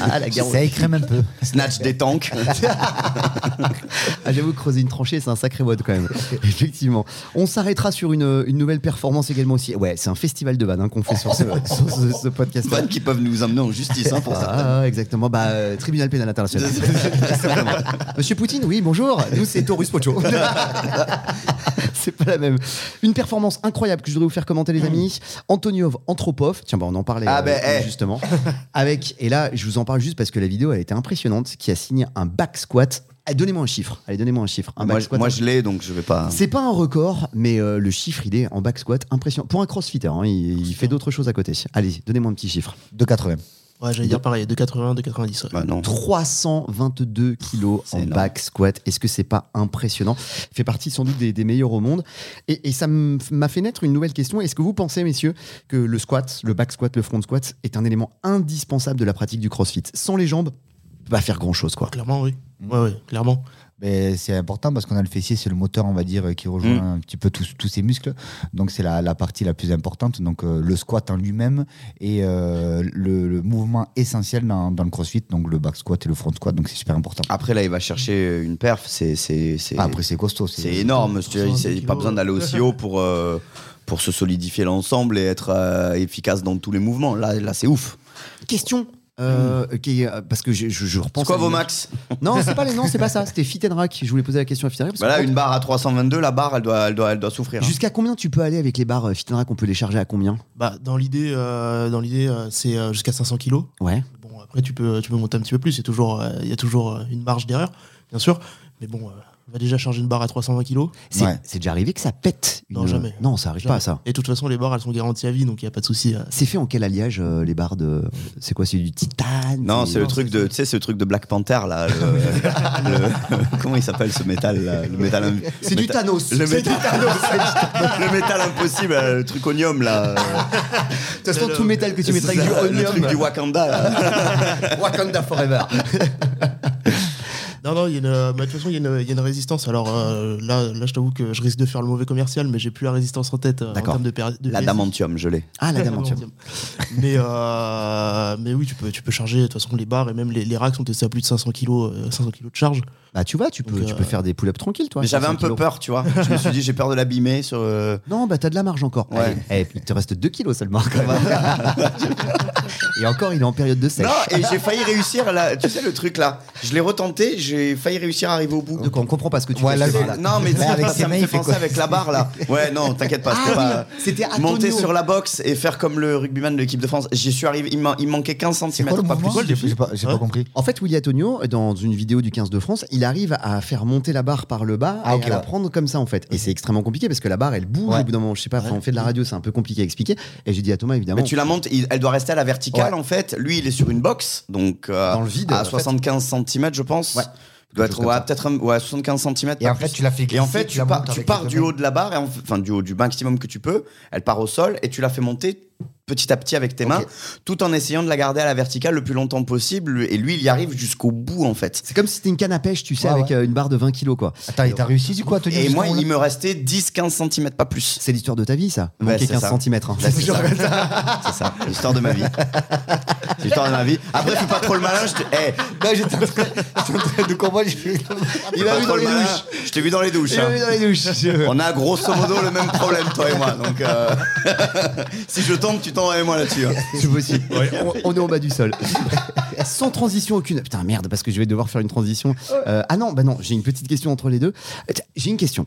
Speaker 2: Ah, la guerre.
Speaker 5: ça écrème
Speaker 2: [LAUGHS]
Speaker 5: un peu.
Speaker 3: snatch des tanks.
Speaker 2: Ah, J'avoue que creuser une tranchée, c'est un sacré mode quand [LAUGHS] même. Effectivement. On s'arrêtera sur une, une nouvelle performance également aussi. Ouais, c'est un festival de vannes hein, qu'on fait sur ce, [LAUGHS] sur ce- ce podcast.
Speaker 3: Fans qui peuvent nous emmener en justice hein, pour ça.
Speaker 2: Ah, exactement. Bah, euh, tribunal pénal international. Exactement. Monsieur Poutine, oui, bonjour. Nous, c'est Taurus
Speaker 3: [LAUGHS]
Speaker 2: Pocho. c'est pas la même. Une performance incroyable que je voudrais vous faire commenter, les amis. Antoniov Antropov. Tiens, bah, on en parlait
Speaker 3: Ah, ben, eh. [LAUGHS]
Speaker 2: justement. Avec, et là, je vous en parle juste parce que la vidéo, elle était impressionnante, qui a signé un back squat. Ah, donnez-moi un chiffre. Allez, donnez-moi un chiffre. Un
Speaker 3: Ah, Moi,
Speaker 2: back
Speaker 3: je-
Speaker 2: squat.
Speaker 3: moi, je l'ai donc je vais pas.
Speaker 2: C'est pas un record, mais euh, le chiffre, il est en back squat impressionnant. Pour un crossfitter, hein, il, il fait d'autres choses à côté. Allez, donnez-moi un petit chiffre.
Speaker 5: 2,80.
Speaker 4: Ouais, j'allais dire pareil, de 80, de 90. ouais.
Speaker 3: Bah non.
Speaker 2: 322 kilos
Speaker 3: C'est
Speaker 2: en
Speaker 3: énorme.
Speaker 2: back squat. Est-ce que c'est pas impressionnant Il fait partie sans doute des, des meilleurs au monde. Et, et ça m- m'a fait naître une nouvelle question. Est-ce que vous pensez, messieurs, que le squat, le back squat, le front squat est un élément indispensable de la pratique du crossfit Sans les jambes, on peut pas faire grand chose, quoi.
Speaker 4: Clairement, oui.
Speaker 2: Mm.
Speaker 4: Ouais, ouais, clairement.
Speaker 5: Mais c'est important parce qu'on a le fessier, c'est le moteur, on va dire, euh, qui rejoint
Speaker 3: Mm.
Speaker 5: un petit peu tous, tous ces muscles. Donc c'est la, la partie la plus importante. Donc euh, le squat en lui-même et euh, le, le mouvement essentiel dans, dans le crossfit, donc le back squat et le front squat. Donc c'est super important.
Speaker 3: Après là il va chercher une perf, c'est c'est c'est-
Speaker 5: Ah, Après c'est costaud.
Speaker 3: c'est énorme. tu vois, c'est- Pas besoin d'aller aussi haut pour euh, pour se solidifier l'ensemble et être euh, efficace dans tous les mouvements. Là là c'est ouf.
Speaker 2: Question euh, qui est- parce que je, je, je repense.
Speaker 3: C'est quoi
Speaker 2: à
Speaker 3: vos
Speaker 2: une-
Speaker 3: max
Speaker 2: Non, c'est pas les noms, c'est pas ça. C'était Fit and Rack. Je voulais poser la question à Fit and Rack. parce
Speaker 3: Bah là,
Speaker 2: que
Speaker 3: une barre à 322, la barre, elle doit, elle doit, elle doit souffrir. hein.
Speaker 2: Jusqu'à combien tu peux aller avec les barres euh, Fit and Rack On peut les charger à combien
Speaker 4: Bah, dans l'idée, euh, dans l'idée, euh, c'est euh, jusqu'à 500 kilos.
Speaker 2: Ouais.
Speaker 4: Bon, après, tu peux, tu peux monter un petit peu plus. Il y a toujours, euh, il y a toujours euh, une marge d'erreur, bien sûr. Mais bon, euh, on va déjà charger une barre à 320 kilos.
Speaker 2: C'est
Speaker 5: Ouais.
Speaker 2: c'est déjà arrivé que ça pète. une-
Speaker 4: Non, jamais.
Speaker 2: Non, ça arrive pas à ça.
Speaker 4: Et de toute façon, les barres, elles sont garanties à vie, donc il n'y a pas de souci. euh.
Speaker 2: C'est fait en quel alliage euh, les barres de C'est quoi C'est du titane
Speaker 3: Non, c'est le
Speaker 4: Non,
Speaker 3: truc
Speaker 4: c'est-
Speaker 3: de, tu sais, ce truc de Black Panther là. [LAUGHS] le- le- comment il s'appelle ce métal là, Le métal. im-
Speaker 2: C'est du
Speaker 3: méta-
Speaker 2: Thanos.
Speaker 3: Le
Speaker 2: C'est du
Speaker 3: métal, [LAUGHS] le métal impossible, euh, le truc onium là.
Speaker 2: De toute façon, tout métal que tu mettrais avec du
Speaker 3: le truc du
Speaker 2: Onium,
Speaker 3: Wakanda. [LAUGHS] là.
Speaker 2: Wakanda Forever.
Speaker 4: Non, non, il y a une, euh, bah, de toute façon, il y, a une- il y a une résistance. Alors euh, là, là, je t'avoue que je risque de faire le mauvais commercial, mais j'ai plus la résistance en tête euh, en
Speaker 2: D'accord.
Speaker 4: termes de, per- de
Speaker 3: La
Speaker 4: PS.
Speaker 3: damantium, je l'ai.
Speaker 2: Ah, la
Speaker 4: [LAUGHS]
Speaker 2: damantium.
Speaker 4: mais, euh, mais oui, tu peux, tu peux charger. De toute façon, les barres et même les, les racks sont testés à plus de 500 kilos, euh, 500 kilos de charge.
Speaker 2: Bah, tu vois, tu peux,
Speaker 4: Donc,
Speaker 2: tu
Speaker 4: euh,
Speaker 2: peux faire des pull-ups tranquilles, toi.
Speaker 3: Mais j'avais
Speaker 2: 500
Speaker 3: un peu
Speaker 2: kilos.
Speaker 3: peur, tu vois. Je me suis dit, j'ai peur de l'abîmer sur. euh,
Speaker 2: Non, bah, t'as de la marge encore.
Speaker 3: Ouais.
Speaker 2: Allez, eh, il te reste 2 kilos seulement, quand [LAUGHS] même. et encore, il est en période de sèche.
Speaker 3: Non, et j'ai failli réussir là. Tu sais le truc là. Je l'ai retenté, je, j'ai failli réussir à arriver au bout.
Speaker 2: Donc on comprend pas ce que tu
Speaker 5: Ouais,
Speaker 2: fais.
Speaker 5: là,
Speaker 2: c'est
Speaker 5: je-
Speaker 2: pas-
Speaker 3: Non, mais
Speaker 5: Ouais, avec
Speaker 3: avec
Speaker 5: ses
Speaker 3: ça
Speaker 5: mains,
Speaker 3: me
Speaker 5: il
Speaker 3: fait
Speaker 5: fait
Speaker 3: penser
Speaker 5: quoi
Speaker 3: avec la barre là. [LAUGHS] Ouais, non, t'inquiète pas, c'était
Speaker 2: Ah
Speaker 3: pas.
Speaker 2: oui, c'était à
Speaker 3: Monter
Speaker 2: Tonio.
Speaker 3: sur la boxe et faire comme le rugbyman de l'équipe de France. J'y suis arrivé, il, m'en- il manquait 15
Speaker 5: C'est
Speaker 3: cm,
Speaker 5: quoi le
Speaker 3: pas
Speaker 5: mouvement
Speaker 3: plus.
Speaker 5: J'ai j'ai pas, j'ai pas
Speaker 4: Ouais.
Speaker 5: compris.
Speaker 2: En fait, Willy Antonio, dans une vidéo du 15 de France, il arrive à faire monter la barre par le bas
Speaker 5: Ah,
Speaker 2: et
Speaker 5: ok,
Speaker 2: à la
Speaker 5: ouais.
Speaker 2: prendre comme ça, en fait. Et c'est extrêmement compliqué parce que la barre, elle bouge
Speaker 5: Ouais.
Speaker 2: au bout d'un moment. Je sais pas, enfin, on fait de la radio, c'est un peu compliqué à expliquer. Et j'ai dit à Thomas, évidemment.
Speaker 3: Mais tu la montes, il- elle doit rester à la verticale
Speaker 5: Ouais.
Speaker 3: en fait. Lui, il est sur une box, donc euh,
Speaker 2: Dans le vide, en
Speaker 3: à
Speaker 2: fait.
Speaker 3: 75 cm, je pense.
Speaker 2: Ouais.
Speaker 3: Il Doit
Speaker 2: Quelque
Speaker 3: être
Speaker 2: chose
Speaker 3: ouais,
Speaker 2: comme
Speaker 3: peut-être un- ouais, 75 cm.
Speaker 5: Et en fait, tu la fais
Speaker 3: Et en
Speaker 5: glisser,
Speaker 3: fait,
Speaker 5: tu
Speaker 3: tu,
Speaker 5: la
Speaker 3: pars,
Speaker 5: montes
Speaker 3: tu
Speaker 5: avec
Speaker 3: pars
Speaker 5: les
Speaker 3: du
Speaker 5: mains.
Speaker 3: haut de la barre, et en- enfin du haut du maximum que tu peux. Elle part au sol et tu la fais monter petit à petit avec tes mains, tout en essayant de la garder à la verticale le plus longtemps possible. Et lui, il y arrive jusqu'au bout en fait.
Speaker 2: C'est comme si c'était une canne à pêche, tu sais,
Speaker 5: Ouais,
Speaker 2: avec
Speaker 5: ouais.
Speaker 2: euh, une barre de 20 kilos, quoi.
Speaker 3: Ah,
Speaker 5: Attends, et t'as réussi du coup à tenir
Speaker 3: Et
Speaker 5: jusqu'au
Speaker 3: moi,
Speaker 5: bout, là
Speaker 3: il me restait 10-15 cm, pas plus.
Speaker 2: C'est l'histoire de ta vie, ça.
Speaker 3: Ouais,
Speaker 2: Manquer
Speaker 3: c'est
Speaker 2: 15
Speaker 3: ça.
Speaker 2: cm. hein. [LAUGHS]
Speaker 3: Là, c'est ça. C'est ça, l'histoire de ma vie. C'est l'histoire de ma vie. Après, je suis pas trop le malin. Je te- eh,
Speaker 5: Non, j'étais en train j'étais en train de comprendre. j'ai fait-
Speaker 3: Il a vu dans les douches. Je t'ai vu dans les douches. hein. On a grosso modo le même problème, toi et moi. Donc, euh, [LAUGHS] si je tombe, tu tombes avec moi là-dessus. hein.
Speaker 2: C'est possible. On, on est en bas du sol. [LAUGHS] Sans transition aucune. Putain, merde, parce que je vais devoir faire une transition. Euh, ah non, bah non, j'ai une petite question entre les deux. Euh, tiens, J'ai une question.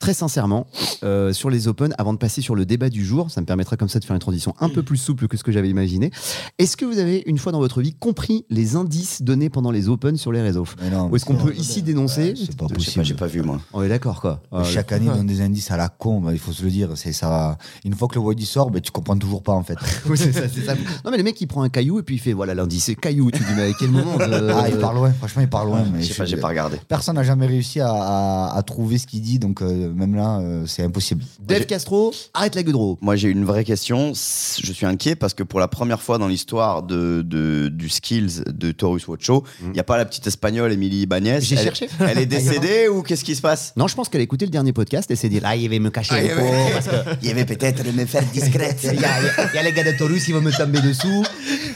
Speaker 2: Très sincèrement, euh, sur les Open, avant de passer sur le débat du jour, ça me permettra comme ça de faire une transition un peu plus souple que ce que j'avais imaginé. Est-ce que vous avez, une fois dans votre vie, compris les indices donnés pendant les Open sur les réseaux
Speaker 5: Mais non,
Speaker 2: Ou est-ce qu'on
Speaker 5: mais-
Speaker 2: peut ici dénoncer
Speaker 5: C'est pas
Speaker 3: Je sais pas,
Speaker 5: possible.
Speaker 3: J'ai pas vu, moi.
Speaker 2: On est d'accord, quoi.
Speaker 3: Ah,
Speaker 2: Euh,
Speaker 5: Chaque année, ils donnent des indices à la con, bah, il faut se le dire. C'est ça. Une fois que le Wadi sort, bah, tu comprends toujours pas
Speaker 3: [LAUGHS]
Speaker 5: en fait.
Speaker 2: Oui, c'est ça, c'est ça. Non, mais le mec, il prend un caillou et puis il fait voilà, lundi, c'est caillou. Tu dis, mais à quel moment euh,
Speaker 5: Ah, il part loin, franchement, il part loin.
Speaker 3: Ah,
Speaker 5: mais
Speaker 3: Je sais
Speaker 5: je-
Speaker 3: pas, j'ai pas regardé.
Speaker 5: Personne n'a jamais réussi à, à- à trouver ce qu'il dit, donc euh, même là, euh, c'est impossible.
Speaker 2: Dave
Speaker 3: J'ai-
Speaker 2: Castro, arrête la gueule de roue.
Speaker 3: Moi, j'ai une vraie question. Je suis inquiet parce que pour la première fois dans l'histoire de, de- du skills de Taurus Watcho, il n'y a pas la petite espagnole Émilie Bagnès.
Speaker 2: J'ai
Speaker 3: elle,
Speaker 2: cherché.
Speaker 3: Elle [LAUGHS] est décédée ou qu'est-ce qui se passe
Speaker 2: Non, je pense qu'elle a écouté le dernier podcast et s'est dit là, il va me cacher
Speaker 3: Ah, il
Speaker 2: les
Speaker 3: va-
Speaker 2: pauvres parce que
Speaker 3: Il y avait peut-être me faire [LAUGHS] discrète.
Speaker 2: il y, a- il y a les gars de Taurus, ils vont me tomber dessous.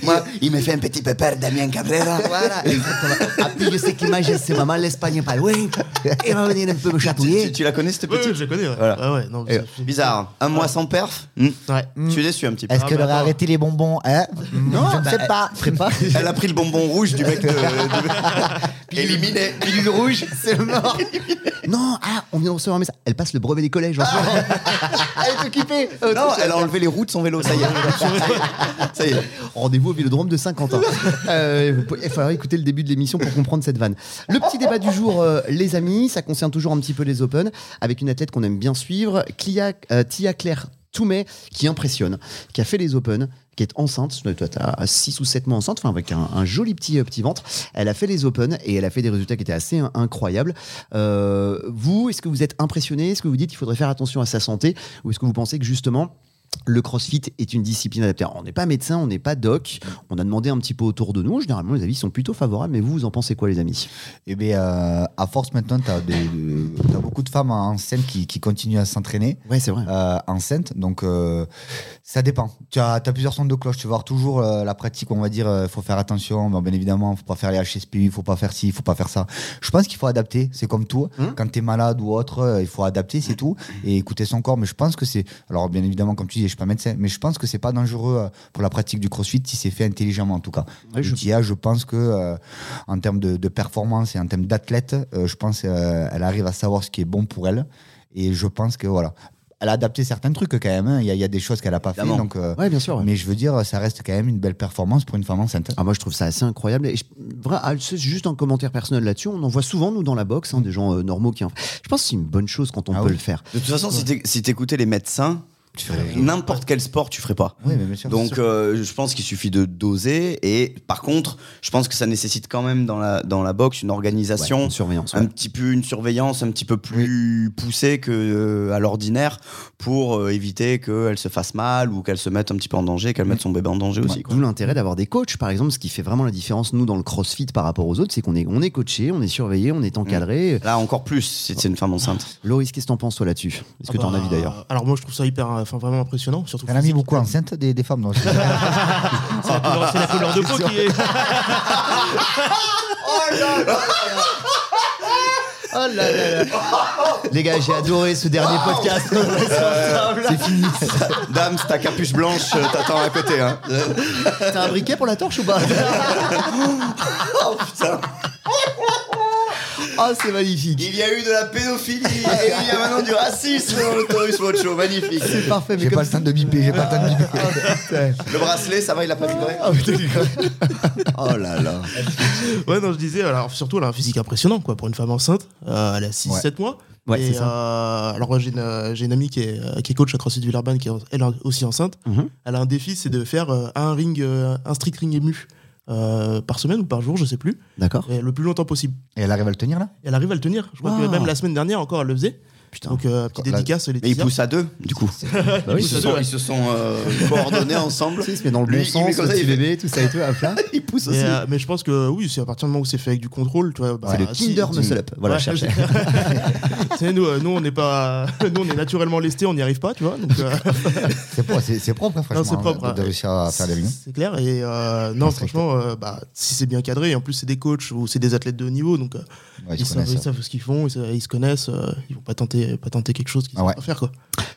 Speaker 3: Moi, il me fait un petit pépère, Damien Cabrera.
Speaker 2: Voilà, exactement. Ah, puis je sais qu'il m'a c'est maman, l'Espagne est pas loin. Elle va venir un peu me
Speaker 3: Tu,
Speaker 2: chatouiller.
Speaker 3: tu la connais, cette
Speaker 4: Ouais,
Speaker 3: petite
Speaker 4: ouais, je les connais. Ouais.
Speaker 3: Voilà.
Speaker 4: Ah ouais, non,
Speaker 3: Eh,
Speaker 4: ça fait-
Speaker 3: Bizarre. Un mois sans perf Hmm.
Speaker 4: Ouais.
Speaker 3: Je suis déçu un petit peu.
Speaker 5: Est-ce qu'elle
Speaker 4: Ah, mais
Speaker 5: aurait
Speaker 4: attends.
Speaker 5: arrêté les bonbons hein Non, je ne sais pas.
Speaker 2: Prépa.
Speaker 3: Elle a pris le bonbon rouge du mec de, [LAUGHS] de- éliminé.
Speaker 2: Pilule rouge, c'est mort. Non, ah, on vient de recevoir un message. Elle passe le brevet des collèges. en ce moment. elle est occupée. Euh,
Speaker 3: Non,
Speaker 2: truc,
Speaker 3: elle a enlevé les roues de son vélo, ça y [LAUGHS] est. ça y est.
Speaker 2: Rendez-vous au Vélodrome de Saint-Quentin. Euh, vous pouvez- il faudra écouter le début de l'émission pour comprendre cette vanne. Le petit débat du jour, euh, les amis, ça concerne toujours un petit peu les Open, avec une athlète qu'on aime bien suivre, Clia- euh, Tia Claire Toumet, qui impressionne, qui a fait les Open, qui est enceinte, toi t'as 6 euh, ou 7 mois enceinte, enfin avec un, un joli petit, euh, petit ventre. Elle a fait les Open et elle a fait des résultats qui étaient assez hein, incroyables. Euh, vous, est-ce que vous êtes impressionné Est-ce que vous dites qu'il faudrait faire attention à sa santé Ou est-ce que vous pensez que justement, le crossfit est une discipline adaptée. Alors, on n'est pas médecin, on n'est pas doc. On a demandé un petit peu autour de nous. Généralement, les avis sont plutôt favorables. Mais vous, vous en pensez quoi, les amis
Speaker 5: [LAUGHS] Eh bien, euh, à force maintenant, tu as, beaucoup de femmes enceintes qui, qui continuent à s'entraîner.
Speaker 2: Ouais, c'est vrai.
Speaker 5: euh, enceinte, donc euh, ça dépend. Tu as, t'as plusieurs sons de cloche, tu vas avoir toujours euh, la pratique, on va dire, il faut faire attention, Bon, bien évidemment, faut pas faire les HSPU, faut pas faire ci, faut pas faire ça. Je pense qu'il faut adapter, c'est comme tout.
Speaker 2: Mhm.
Speaker 5: Quand tu es malade ou autre, euh, il faut adapter, c'est tout, et écouter son corps. Mais je pense que c'est, alors bien évidemment, comme tu dis, je suis pas médecin, mais je pense que c'est pas dangereux euh, pour la pratique du crossfit si c'est fait intelligemment en tout cas.
Speaker 2: Ouais, je-
Speaker 5: L'outil A, je pense que euh, en termes de, de performance et en termes d'athlète, euh, je pense euh, elle arrive à savoir ce qui est bon pour elle. Et je pense que voilà, elle a adapté certains trucs quand même. hein. Il y, a- il y a des choses qu'elle a pas fait.
Speaker 3: Évidemment.
Speaker 5: Donc, euh,
Speaker 2: Ouais, bien sûr. ouais.
Speaker 5: mais je veux dire, ça reste quand même une belle performance pour une femme enceinte.
Speaker 2: Ah, moi, je trouve ça assez incroyable. Et je- vra- ah, c'est juste un commentaire personnel là-dessus. On en voit souvent, nous, dans la boxe, hein, des gens euh, normaux qui. en- Je pense que c'est une bonne chose quand on
Speaker 5: Ah
Speaker 2: peut
Speaker 5: oui.
Speaker 2: le faire.
Speaker 3: De toute façon, si t'éc- si t'écoutais les médecins,
Speaker 5: Tu fais rien.
Speaker 3: n'importe quel sport, tu ferais pas.
Speaker 5: Oui, mais bien sûr.
Speaker 3: Donc, euh, je pense qu'il suffit de doser. Et par contre, je pense que ça nécessite quand même dans la, dans la boxe une
Speaker 2: Ouais,
Speaker 3: organisation.
Speaker 2: une surveillance. ouais.
Speaker 3: un petit peu une surveillance un petit peu plus poussée que euh, à l'ordinaire pour euh, éviter qu'elle se fasse mal ou qu'elle se mette un petit peu en danger, qu'elle mette
Speaker 2: Mm.
Speaker 3: son bébé en danger aussi. quoi.
Speaker 2: D'où l'intérêt d'avoir des coachs, par exemple, ce qui fait vraiment la différence, nous, dans le crossfit par rapport aux autres, c'est qu'on est, on est coaché, on est surveillé, on est encadré.
Speaker 3: Là encore plus si c'est une femme
Speaker 2: [LAUGHS]
Speaker 3: enceinte.
Speaker 2: Loris, qu'est-ce que t'en penses, toi, là-dessus Est-ce que
Speaker 4: Ah
Speaker 2: t'en
Speaker 4: bah,
Speaker 2: as vu d'ailleurs
Speaker 4: Alors moi je trouve ça hyper, euh, enfin vraiment impressionnant, surtout.
Speaker 5: elle a mis
Speaker 4: physique.
Speaker 5: beaucoup enceinte des, des femmes. donc c'est-
Speaker 4: C'est la couleur- hein. c'est la [LAUGHS] couleur bah, de peau qui est.
Speaker 2: Oh là là là. Les gars, j'ai adoré ce dernier
Speaker 3: [LAUGHS]
Speaker 2: podcast. C'est fini.
Speaker 3: Dame, c'est ta capuche blanche, euh, t'attends à côté. Hein. [LAUGHS]
Speaker 2: T'as un briquet pour la torche ou pas Ah, c'est magnifique.
Speaker 3: Il y a eu de la pédophilie et il y a maintenant du racisme dans le Taurus Mocho. Magnifique.
Speaker 2: C'est parfait. Mais
Speaker 5: J'ai
Speaker 2: comme
Speaker 5: pas le temps de biper, j'ai pas le temps de biper.
Speaker 3: Le bracelet, ça va, il a pas vibré
Speaker 2: Ah, putain, du coup.
Speaker 3: Oh là là.
Speaker 4: [LAUGHS] Ouais, non, je disais, alors surtout, elle a un physique impressionnant, quoi, pour une femme enceinte. Euh, elle a 6-7
Speaker 5: Ouais.
Speaker 4: mois.
Speaker 2: Ouais,
Speaker 4: Et,
Speaker 2: c'est ça.
Speaker 4: euh, alors, moi, j'ai une, j'ai une amie qui est, euh, qui est coach à CrossFit Villeurbanne, qui est elle aussi enceinte.
Speaker 2: Mhm.
Speaker 4: Elle a un défi, c'est de faire euh, un ring, euh, un strict ring ému euh, par semaine ou par jour, je sais plus,
Speaker 2: D'accord.
Speaker 4: et le plus longtemps possible.
Speaker 5: Et elle arrive à le tenir là
Speaker 4: Et elle arrive à le tenir. Je crois
Speaker 2: Waouh.
Speaker 4: que même la semaine dernière encore, elle le faisait.
Speaker 2: Ah. Putain.
Speaker 4: Donc, euh, petite
Speaker 5: Là-
Speaker 4: dédicace, les
Speaker 3: Mais ils poussent à deux, du coup.
Speaker 2: Bah oui,
Speaker 3: ils, se
Speaker 4: à
Speaker 3: sont,
Speaker 4: deux,
Speaker 3: ils se sont, euh, coordonnés ensemble.
Speaker 2: Tu sais, il se met dans le bon
Speaker 3: Lui, il met
Speaker 2: sens,
Speaker 3: comme
Speaker 2: le
Speaker 3: ça,
Speaker 2: petit
Speaker 3: il fait-
Speaker 2: bébé, tout ça et tout, à
Speaker 3: [LAUGHS]
Speaker 2: plat.
Speaker 3: Ils poussent
Speaker 4: Mais,
Speaker 3: aussi.
Speaker 4: euh, mais je pense que oui, c'est à partir du moment où c'est fait avec du contrôle, tu vois. bah,
Speaker 2: C'est le
Speaker 4: si-
Speaker 2: Kinder Muscle Up. Voilà,
Speaker 4: Ouais,
Speaker 2: je cherchais.
Speaker 4: [LAUGHS] Tu sais, nous, euh, nous, on n'est pas, [LAUGHS] nous, on est naturellement lestés, on n'y arrive pas, tu vois. Donc, euh,
Speaker 5: C'est propre, c'est- c'est propre, hein, franchement,
Speaker 4: c'est propre,
Speaker 5: de- de
Speaker 4: hein.
Speaker 5: réussir à faire les liens.
Speaker 4: C'est clair. Et euh, non,
Speaker 5: Très
Speaker 4: franchement, euh, bah, si c'est bien cadré, et en plus, c'est des coachs ou c'est des athlètes de haut niveau, donc euh,
Speaker 5: Ouais,
Speaker 4: ils,
Speaker 5: ils se
Speaker 4: savent,
Speaker 5: connaissent,
Speaker 4: ils
Speaker 5: ça.
Speaker 4: savent ce qu'ils font, ils, sa- ils se connaissent, euh, ils vont pas tenter, pas tenter quelque chose qu'ils
Speaker 5: Ah
Speaker 4: savent
Speaker 5: ouais.
Speaker 4: pas faire, quoi.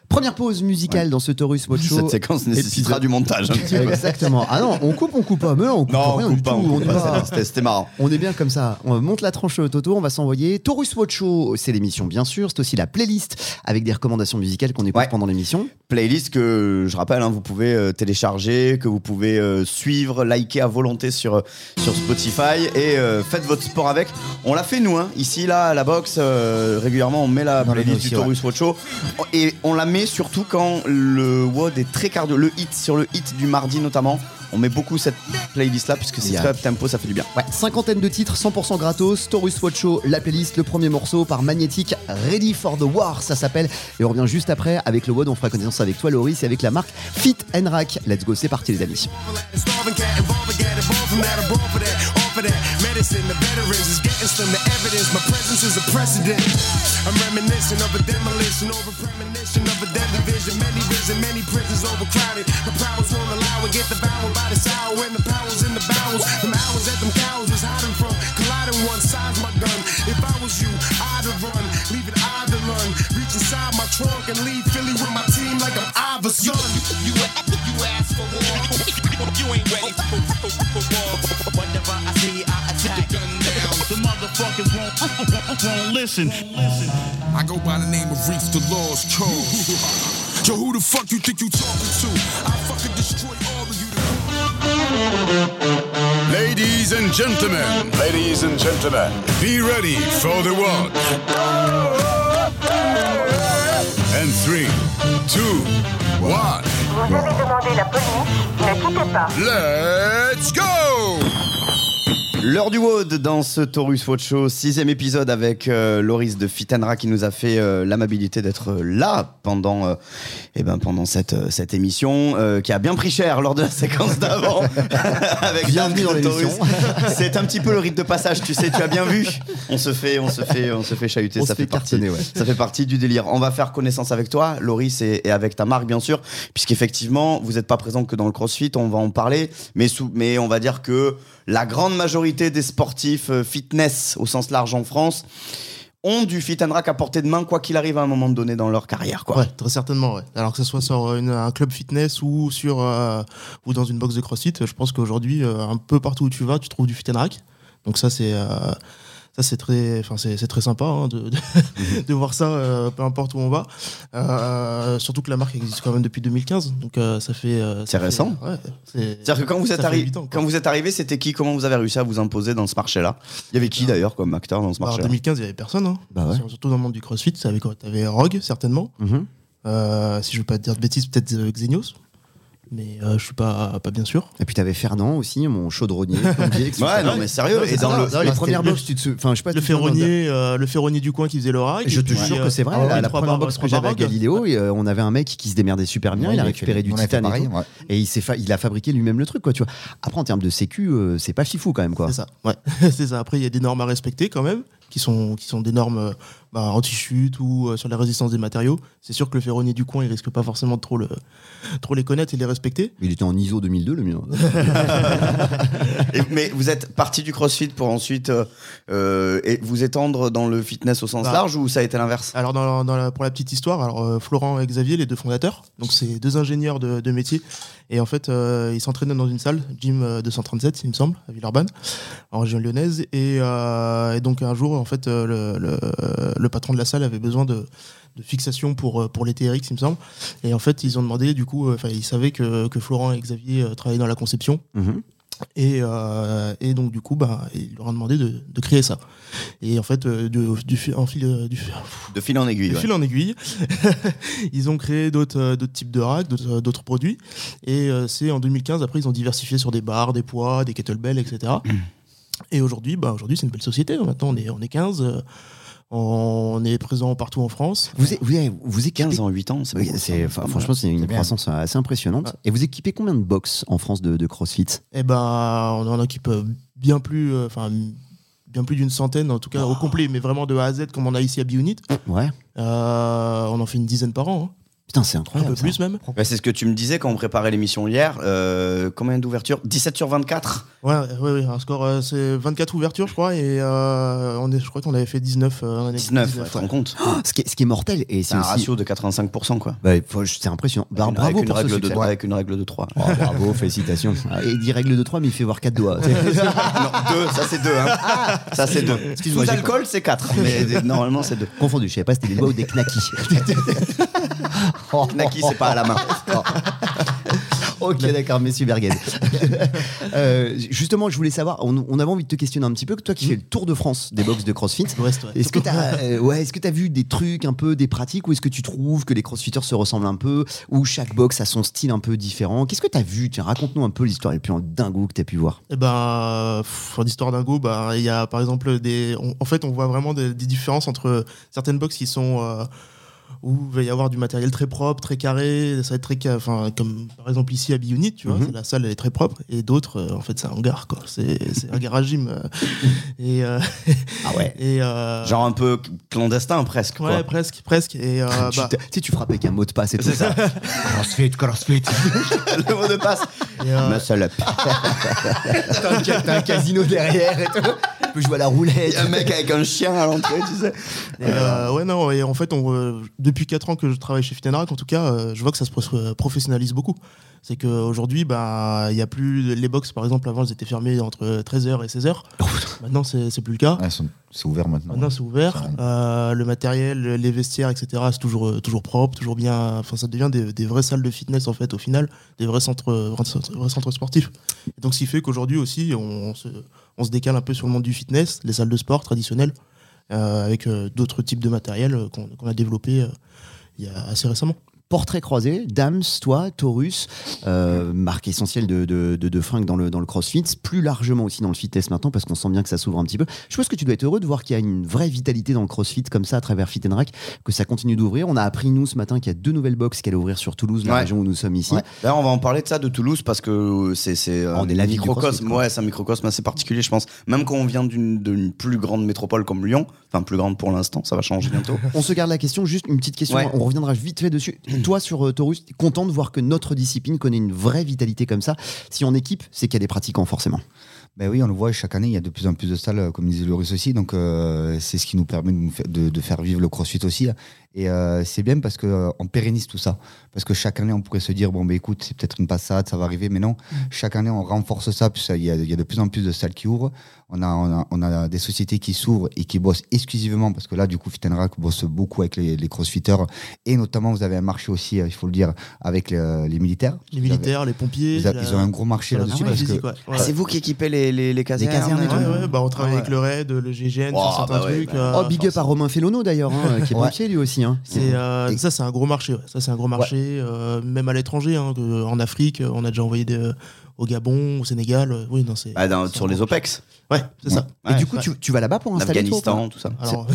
Speaker 2: Première pause musicale dans ce Taurus Mocho.
Speaker 3: Cette séquence nécessitera
Speaker 2: Épisode.
Speaker 3: du montage. un petit peu.
Speaker 2: [LAUGHS] Exactement. Ah non, on coupe, on coupe pas. Mais non, on coupe
Speaker 3: [LAUGHS] Non,
Speaker 2: rien
Speaker 3: on coupe
Speaker 2: du
Speaker 3: pas,
Speaker 2: tout.
Speaker 3: on coupe
Speaker 2: est
Speaker 3: pas,
Speaker 2: pas-
Speaker 3: ça va, c'était- C'était marrant.
Speaker 2: On est bien comme ça. On monte la tranche au Toto, on va s'envoyer. Taurus Watch Show, c'est l'émission, bien sûr. C'est aussi la playlist avec des recommandations musicales qu'on écoute
Speaker 3: Ouais.
Speaker 2: pendant l'émission.
Speaker 3: Playlist que je rappelle, hein, vous pouvez euh, télécharger, que vous pouvez euh, suivre, liker à volonté sur, euh, sur Spotify et euh, faites votre sport avec. On l'a fait nous, hein, ici, là, à la boxe, euh, régulièrement on met la
Speaker 5: Dans les
Speaker 3: playlist
Speaker 5: notes
Speaker 3: du
Speaker 5: aussi,
Speaker 3: Taurus Watch Show et on la met surtout quand le WOD est très cardio, le hit sur le hit du mardi notamment. On met beaucoup cette playlist là puisque c'est
Speaker 2: Yeah.
Speaker 3: très up tempo, ça fait du bien.
Speaker 2: Ouais, cinquantaine de titres, 100% gratos. Taurus Watch Show, la playlist, le premier morceau par Magnétique, Ready for the War, ça s'appelle. Et on revient juste après avec le WOD. On fera connaissance avec toi, Loris, et avec la marque Fit and Rack. Let's go, c'est parti, les amis.
Speaker 6: Starving cat, involving, get involved from that, above for that, off of that. Medicine, the veterans is getting slim, the evidence. My presence is a precedent. I'm reminiscent of a demolition, over premonition of a dead division. Many vision, many prisons overcrowded. The powers won't allow it, get devoured by the sour, and the powers in the bowels. Them hours at them cows was hiding from, colliding one size my gun. If I was you, I'd have run, leave it I'd have run. Reach inside my trunk and leave Philly with my team like I'm Iverson.
Speaker 7: You, you ask for war. You ain't ready for, for, for war. Whenever I see, I attack. The motherfuckers won't, won't listen.
Speaker 6: I go by the name of Reef, the law's cause.
Speaker 1: [LAUGHS]
Speaker 6: Yo, who the fuck you think you talking to? I fucking destroy all of you.
Speaker 1: Ladies and gentlemen,
Speaker 8: Ladies and gentlemen,
Speaker 1: be ready for the war. And three, two, one,
Speaker 9: Vous avez demandé la police, ne quittez pas.
Speaker 1: let's go!
Speaker 3: L'heure du WOD dans ce Taurus Watch Show, sixième épisode avec euh, Loris de Fitanra qui nous a fait euh, l'amabilité d'être euh, là pendant, euh, eh ben, pendant cette, euh, cette émission euh, qui a bien pris cher lors de la séquence d'avant. [LAUGHS] avec
Speaker 2: Bienvenue
Speaker 3: David
Speaker 2: dans
Speaker 3: de
Speaker 2: l'émission.
Speaker 3: Taurus. C'est un petit peu le rite de passage, tu sais, tu as bien vu. On se fait, on se fait, on se fait chahuter,
Speaker 2: On
Speaker 3: ça
Speaker 2: se fait
Speaker 3: partie.
Speaker 2: cartonner, ouais.
Speaker 3: Ça fait partie du délire. On va faire connaissance avec toi, Loris, et, et avec ta marque, bien sûr, puisqu'effectivement, vous n'êtes pas présent que dans le crossfit, on va en parler, mais, sous, mais on va dire que la grande majorité des sportifs euh, fitness au sens large en France ont du fit and rack à portée de main, quoi qu'il arrive à un moment donné dans leur carrière. Quoi.
Speaker 4: Ouais, très certainement. Ouais. Alors que ce soit sur euh, une- un club fitness ou sur euh, ou dans une box de CrossFit, je pense qu'aujourd'hui, euh, un peu partout où tu vas, tu trouves du fit and rack. Donc ça, c'est euh, ça, c'est très, enfin c'est c'est très sympa hein, de,
Speaker 3: Mhm.
Speaker 4: [LAUGHS] de, de voir ça, euh, peu importe où on va. Euh, surtout que la marque existe quand même depuis 2015, donc euh, ça fait. euh, ça
Speaker 3: C'est
Speaker 4: fait-
Speaker 3: récent.
Speaker 4: ouais, c'est-
Speaker 3: C'est-à-dire que quand vous,
Speaker 4: ça
Speaker 3: êtes
Speaker 4: fait
Speaker 3: arri-
Speaker 4: huit ans, quoi.
Speaker 3: quand vous êtes arrivé, c'était qui Comment vous avez réussi à vous imposer dans ce marché-là Il y avait qui d'ailleurs comme acteur dans ce
Speaker 4: Bah, en
Speaker 3: marché-là
Speaker 4: 2015, il n'y avait personne. hein.
Speaker 2: Bah ouais.
Speaker 4: Sur- Surtout dans le monde du crossfit, tu avais quoi T'avais Rogue, certainement.
Speaker 2: Mhm.
Speaker 4: Euh, si je ne veux pas te dire de bêtises, peut-être euh, Xenios. Mais euh, je ne suis pas, pas bien sûr.
Speaker 2: Et puis t'avais Fernand aussi, mon chaudronnier.
Speaker 3: Ouais, non, mais sérieux.
Speaker 4: Non,
Speaker 3: et
Speaker 4: c'est
Speaker 3: dans
Speaker 4: ça,
Speaker 3: le,
Speaker 4: c'est ça,
Speaker 2: les
Speaker 4: c'était
Speaker 2: premières
Speaker 4: le-
Speaker 2: boxes, tu te sou- Enfin, je sais pas si
Speaker 4: Le
Speaker 2: tu te souviens
Speaker 4: ferronnier, euh, le ferronnier du coin qui faisait le rag.
Speaker 2: Je
Speaker 4: et
Speaker 2: te
Speaker 4: puis,
Speaker 2: jure
Speaker 4: euh,
Speaker 2: que c'est vrai.
Speaker 4: ah ouais,
Speaker 2: la, la
Speaker 4: trois
Speaker 2: première
Speaker 4: par-
Speaker 2: box que
Speaker 4: trois
Speaker 2: j'avais à
Speaker 4: par Rogue.
Speaker 2: Galiléo, et, euh, on avait un mec qui se démerdait super bien.
Speaker 5: Ouais,
Speaker 2: il a
Speaker 5: on
Speaker 2: récupéré
Speaker 5: fait-
Speaker 2: du
Speaker 5: on a fait
Speaker 2: titane et,
Speaker 5: pareil,
Speaker 2: tout,
Speaker 5: ouais.
Speaker 2: et il, s'est fa- il a fabriqué lui-même le truc. Quoi, tu vois. Après, en termes de sécu, euh, c'est pas fifou quand même. Quoi.
Speaker 4: C'est ça. Ouais, [LAUGHS] c'est ça. Après, il y a des normes à respecter quand même, qui sont, qui sont des normes euh, bah, anti-chute ou euh, sur la résistance des matériaux. C'est sûr que le ferronnier du coin, il risque pas forcément de trop, le, trop les connaître et les respecter.
Speaker 2: Il était en ISO 2002, le mien.
Speaker 3: Et- mais vous êtes parti du CrossFit pour ensuite euh, euh, et vous étendre dans le fitness au sens
Speaker 4: Bah.
Speaker 3: large ou ça a été l'inverse
Speaker 4: Alors, dans la- dans la- pour la petite histoire, alors, euh, Florent et Xavier, les deux fondateurs, donc c'est deux ingénieurs de, de métier, et en fait, euh, ils s'entraînaient dans une salle, Gym euh, 237, il me semble, à Villeurbanne, en région lyonnaise, et, euh, et donc un jour, en fait, euh, le, le- le patron de la salle avait besoin de, de fixation pour, euh, pour les TRX, il me semble. Et en fait, ils ont demandé, du coup, euh, enfin, ils savaient que, que Florent et Xavier euh, travaillaient dans la conception.
Speaker 2: Mhm.
Speaker 4: Et, euh, et donc du coup, bah, ils leur ont demandé de, de créer ça. Et en fait, euh, de- du, fil- en fil, euh, du, fil-
Speaker 3: De fil en aiguille.
Speaker 4: de
Speaker 3: ouais.
Speaker 4: fil en aiguille, [LAUGHS] ils ont créé d'autres euh, d'autres types de racks, d'autres d'autres produits. Et euh, c'est en 2015, après, ils ont diversifié sur des barres, des poids, des kettlebells, etc.
Speaker 2: [CLEARS THROAT]
Speaker 4: Et aujourd'hui, bah, aujourd'hui, c'est une belle société. Maintenant, on est, on est 15. euh, On est présent partout en France.
Speaker 2: Vous, êtes- vous, êtes- vous équipez-
Speaker 3: 15 en 8 ans, c'est
Speaker 2: Oui, c'est- enfin, franchement, c'est une
Speaker 5: bien.
Speaker 2: croissance euh, assez impressionnante. Et vous équipez combien de box en France de, de CrossFit
Speaker 4: Eh ben, on en équipe euh, bien plus, euh, enfin, bien plus d'une centaine, en tout cas
Speaker 2: Ah.
Speaker 4: au complet, mais vraiment de A à Z, comme on a ici à Biounit.
Speaker 2: Ouais.
Speaker 4: Euh, on en fait une dizaine par an, hein.
Speaker 2: Putain, c'est
Speaker 4: un
Speaker 2: incroyable.
Speaker 4: peu
Speaker 2: ça.
Speaker 4: plus même.
Speaker 3: Bah, c'est ce que tu me disais quand on préparait l'émission hier. Euh, combien d'ouvertures 17 sur 24
Speaker 4: Ouais, ouais, ouais, un score, euh, c'est 24 ouvertures, je crois, et euh, on est, je crois qu'on avait fait 19. euh, on a
Speaker 3: 19, ouais, tu te
Speaker 4: ouais.
Speaker 3: rends compte
Speaker 2: Oh, ce, qui est, ce qui est mortel et
Speaker 3: C'est
Speaker 2: c'est
Speaker 3: un
Speaker 2: aussi-
Speaker 3: ratio de 85%, quoi.
Speaker 2: Bah, faut- c'est impressionnant. Bah,
Speaker 3: Avec une-
Speaker 2: bravo
Speaker 3: avec une,
Speaker 2: pour ce
Speaker 3: règle de,
Speaker 2: succès.
Speaker 3: trois- avec une règle de 3.
Speaker 2: Oh, [LAUGHS] bravo, félicitations. Ah, Et il dit règle de 3, mais il fait voir 4 doigts. [LAUGHS]
Speaker 3: non, 2, ça c'est 2. Hein. ça c'est 2.
Speaker 2: Ah. excuse-moi,
Speaker 3: Sous
Speaker 2: j'ai
Speaker 3: alcool, c'est 4.
Speaker 2: [LAUGHS]
Speaker 3: Mais normalement, c'est 2.
Speaker 2: Confondu, je savais pas si c'était des doigts ou des knackis.
Speaker 5: Oh,
Speaker 3: Naki, c'est pas à la main.
Speaker 2: [LAUGHS] ok, d'accord, messieurs Berguez. [LAUGHS] Euh, justement, je voulais savoir, on, on avait envie de te questionner un petit peu, que toi qui fais le tour de France des box de CrossFit,
Speaker 4: L'Ouest, ouais.
Speaker 2: Est-ce que tu as, ouais, est-ce que t'as vu des trucs un peu, des pratiques, ou est-ce que tu trouves que les crossfitters se ressemblent un peu, ou chaque box a son style un peu différent Qu'est-ce que tu as vu Tiens, raconte-nous un peu l'histoire les plus dingo que tu as pu voir.
Speaker 4: Eh ben, euh, pff, en histoire d'Ingo, bah, il y a par exemple des. on- en fait, on voit vraiment des, des différences entre certaines box qui sont. euh, où il va y avoir du matériel très propre, très carré, ça va être très. ca- Enfin, comme par exemple ici à Biounit, tu vois,
Speaker 2: Mhm.
Speaker 4: c'est- la salle elle est très propre, et d'autres, euh, en fait, c'est un hangar, quoi. C'est c'est un garage gym. euh, et. euh,
Speaker 2: Ah ouais.
Speaker 4: [LAUGHS] et euh,
Speaker 3: Genre un peu clandestin, presque.
Speaker 4: Ouais,
Speaker 3: Quoi.
Speaker 4: presque, presque. Et euh,
Speaker 2: [LAUGHS] tu,
Speaker 4: bah,
Speaker 2: t'as- tu sais, tu frappes avec un mot de
Speaker 3: [LAUGHS]
Speaker 2: passe et tout
Speaker 3: Ah. C'est ça.
Speaker 5: Crossfit, crossfit.
Speaker 3: Le mot de passe.
Speaker 4: et, euh,
Speaker 3: Ma salope.
Speaker 2: T'as un, ca- t'as un casino derrière et tout. Tu peux jouer à la
Speaker 3: Il y
Speaker 2: roulette.
Speaker 3: a un mec avec un chien à l'entrée, tu sais.
Speaker 4: Et, euh, ouais, non, et en fait, on, euh, depuis 4 ans que je travaille chez Fitenrac, en tout cas, euh, je vois que ça se pro- euh, professionnalise beaucoup. C'est qu'aujourd'hui, bah, il y a plus. Les box, par exemple, avant, elles étaient fermées entre 13h et 16h. Maintenant, c'est c'est plus le cas.
Speaker 5: Ah, C'est ouvert maintenant.
Speaker 4: Maintenant, Ah c'est ouvert.
Speaker 5: Ça arrive.
Speaker 4: Euh, le matériel, les vestiaires, etc., c'est toujours, euh, toujours propre, toujours bien. Enfin, ça devient des, des vraies salles de fitness, en fait, au final, des vrais centres, euh, vrais centres, vrais centres sportifs. Et donc, ce qui fait qu'aujourd'hui aussi, on se, on se décale un peu sur le monde du fitness, les salles de sport traditionnelles, euh, avec euh, d'autres types de matériel euh, qu'on qu'on a développé euh, il y a assez récemment.
Speaker 2: Portrait croisé, Dams, toi, Taurus, euh, marque essentielle de, de, de- de fringues dans le, dans le crossfit, plus largement aussi dans le fitness maintenant, parce qu'on sent bien que ça s'ouvre un petit peu. Je pense que tu dois être heureux de voir qu'il y a une vraie vitalité dans le crossfit comme ça à travers Fit and Rack, que ça continue d'ouvrir. On a appris, nous, ce matin, qu'il y a deux nouvelles box qui allaient ouvrir sur Toulouse, la
Speaker 3: Ouais.
Speaker 2: région où nous sommes ici.
Speaker 3: Ouais. D'ailleurs, on va en parler de ça de Toulouse parce que euh, c'est c'est
Speaker 2: On est la
Speaker 3: un
Speaker 2: ville du CrossFit,
Speaker 3: microcosme.
Speaker 2: quoi.
Speaker 3: Ouais, c'est un microcosme assez particulier, je pense. Même quand on vient d'une d'une plus grande métropole comme Lyon, enfin plus grande pour l'instant, ça va changer bientôt.
Speaker 2: On se garde la question, juste une petite question,
Speaker 3: Ouais.
Speaker 2: on reviendra vite fait dessus. Toi, sur euh, Taurus, t'es content de voir que notre discipline connaît une vraie vitalité comme ça. Si on équipe, c'est qu'il y a des pratiquants, forcément.
Speaker 5: Ben oui, on le voit chaque année, il y a de plus en plus de salles, euh, comme disait Loris aussi. Donc, euh, c'est ce qui nous permet de, nous fa- de- de faire vivre le crossfit aussi. Et euh, c'est bien parce qu'on pérennise tout ça. Parce que chaque année, on pourrait se dire, bon, ben écoute, c'est peut-être une passade, ça va arriver. Mais non,
Speaker 4: Mmh.
Speaker 5: chaque année, on renforce ça. Puis ça, il y, a- il y a de plus en plus de salles qui ouvrent. On a, on a, on a des sociétés qui s'ouvrent et qui bossent exclusivement. Parce que là, du coup, Fit and Rack bosse beaucoup avec les, les crossfitters. Et notamment, vous avez un marché aussi, euh, il faut le dire, avec euh, les, les militaires.
Speaker 4: Les
Speaker 5: Vous avez-
Speaker 4: militaires, les pompiers.
Speaker 5: vous avez-
Speaker 4: la-
Speaker 5: Ils ont un gros marché
Speaker 4: la-
Speaker 5: là-dessus.
Speaker 4: la
Speaker 5: parce que
Speaker 4: physique, ouais. Ouais.
Speaker 3: Ah, C'est vous qui équipez les, les, les casernes,
Speaker 2: casernes et
Speaker 3: hein,
Speaker 2: tout.
Speaker 4: Ouais, ouais, bah, on travaille
Speaker 3: Ouais.
Speaker 5: Ah
Speaker 4: avec le RAID, le GGN,
Speaker 3: Ouah,
Speaker 4: sur certains
Speaker 3: bah ouais,
Speaker 4: trucs.
Speaker 3: bah.
Speaker 4: euh,
Speaker 2: Oh, big up à Romain Fellono d'ailleurs, hein, qui est
Speaker 5: Ouais.
Speaker 2: pompier lui aussi. hein.
Speaker 4: C'est euh, ça, c'est un gros marché. ouais. Ça, c'est un gros marché, euh, même à l'étranger, hein, que- en Afrique, on a déjà envoyé des- euh, au Gabon, au Sénégal. euh, oui, non, c'est.
Speaker 3: Ah, dans-
Speaker 4: c'est
Speaker 3: sur
Speaker 4: un
Speaker 3: les
Speaker 4: gros-
Speaker 3: OPEX,
Speaker 4: Ouais, c'est ça.
Speaker 2: Et du coup, tu, tu vas là-bas pour installer toi, ou pas
Speaker 3: l'Afghanistan, tout ça.
Speaker 4: Alors,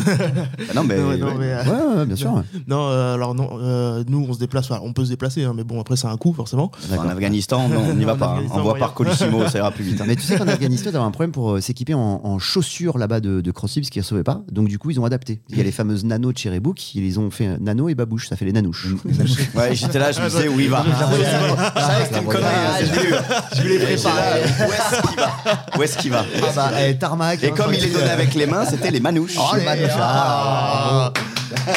Speaker 3: Ah non, mais.
Speaker 4: ouais, [LAUGHS]
Speaker 3: [LAUGHS]
Speaker 4: non,
Speaker 3: ouais.
Speaker 4: mais, euh,
Speaker 2: Ouais, ouais, ouais, bien sûr.
Speaker 4: non, euh, alors non, euh, nous, on se déplace. enfin, on peut se déplacer, hein, mais bon, après, c'est un coût forcément.
Speaker 3: Enfin, En Afghanistan, non, on n'y va
Speaker 4: En
Speaker 3: pas. hein.
Speaker 4: Afghanistan,
Speaker 3: Envoie
Speaker 4: moyen.
Speaker 3: par Colissimo, ça ira plus [LAUGHS] vite. hein.
Speaker 2: Mais tu sais qu'en Afghanistan, t'avais un problème pour euh, s'équiper en, en chaussures là-bas de, de CrossFit parce qu'ils ne recevaient pas. Donc, du coup, ils ont adapté. Il y a les fameuses nano de chez Reebok, ils les ont fait euh, nano et babouche, ça fait les nanouches.
Speaker 3: Ouais, j'étais là, je me disais où il va.
Speaker 2: Ah,
Speaker 3: Je savais que c'était une connerie, hein, c'est le début.
Speaker 2: Je voulais
Speaker 3: Et j'étais là, Où est-ce qu'il va Où est-ce qu'il va
Speaker 2: Ah bah, eh, tarmac.
Speaker 3: Et
Speaker 2: hein,
Speaker 3: comme il est
Speaker 2: tranquille.
Speaker 3: donné avec les mains, c'était les Oh, manouches.
Speaker 2: Oh, les manouches, ah. [LAUGHS]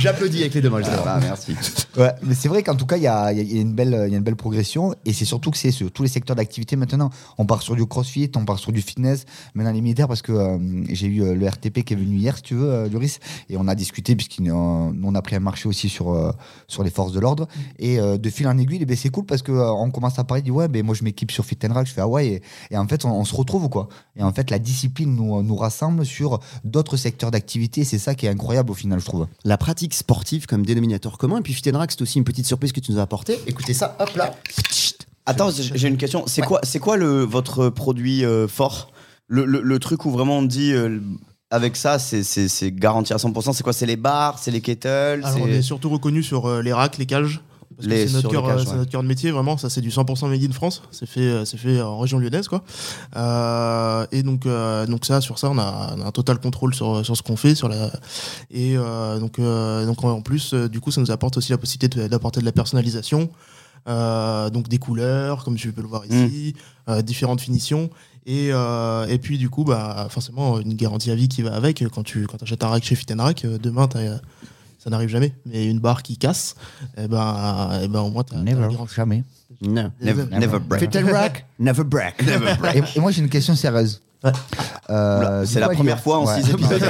Speaker 2: J'applaudis avec les deux mains. je sais pas.
Speaker 3: Ah, merci.
Speaker 5: Ouais, mais c'est vrai qu'en tout cas, il y a, il y a- il y a une belle, il y a une belle progression. Et c'est surtout que c'est sur tous les secteurs d'activité maintenant. On part sur du crossfit, on part sur du fitness. Maintenant, les militaires, parce que euh, j'ai eu euh, le RTP qui est venu hier, si tu veux, euh, Loris. Et on a discuté, puisqu'on on a pris un marché aussi sur, euh, sur les forces de l'ordre. Et euh, de fil en aiguille, eh ben, c'est cool parce qu'on on commence à parler du ouais, ben, moi je m'équipe sur Fit and Rack, je fais ah ouais. Et, et en fait, on, on se retrouve quoi. Et en fait, la discipline nous, nous rassemble sur d'autres secteurs d'activité. C'est ça qui est incroyable au final, je trouve.
Speaker 2: La pratique sportive comme dénominateur commun. Et puis Fitenrack, c'est aussi une petite surprise que tu nous as apportée. Écoutez ça, hop là.
Speaker 3: Attends, j'ai j'ai une question. C'est quoi, c'est quoi le, votre produit euh, fort le, le- le truc où vraiment on dit euh, avec ça, c'est- c'est c'est garanti à 100%. C'est quoi C'est les bars, c'est les kettles
Speaker 4: Alors,
Speaker 3: c'est-
Speaker 4: on est surtout reconnu sur euh, les racks, les cages. Parce
Speaker 3: Les-
Speaker 4: que c'est notre,
Speaker 3: sur les
Speaker 4: cœur,
Speaker 3: cages,
Speaker 4: euh, c'est
Speaker 3: ouais.
Speaker 4: notre cœur de métier, vraiment. Ça, c'est du 100% made in France. C'est fait, euh, c'est fait en région lyonnaise, quoi. Euh, et donc, euh, donc ça, sur ça, on a, on a un total contrôle sur, sur ce qu'on fait, sur la. Et euh, donc, euh, donc en en plus, euh, du coup, ça nous apporte aussi la possibilité de- d'apporter de la personnalisation. Euh, donc des couleurs, comme tu peux le voir ici, euh, différentes finitions. Et, euh, et puis du coup, bah, forcément, une garantie à vie qui va avec. Quand tu quand achètes un rack chez Fit and Rack, euh, demain, t'as, euh, ça n'arrive jamais. Mais une barre qui casse, eh ben, eh ben au moins, t'as, t'as la
Speaker 5: [LAUGHS]
Speaker 4: garantie.
Speaker 5: jamais.
Speaker 2: Non.
Speaker 3: Never,
Speaker 4: Never.
Speaker 3: never break.
Speaker 2: Fitenrack, never break.
Speaker 5: Et, Bah, et moi j'ai une question sérieuse.
Speaker 4: Ouais.
Speaker 5: Euh,
Speaker 3: Oula,
Speaker 5: du
Speaker 3: c'est la
Speaker 5: coup,
Speaker 3: première
Speaker 5: elle-
Speaker 3: fois en
Speaker 5: ouais.
Speaker 3: six épisodes.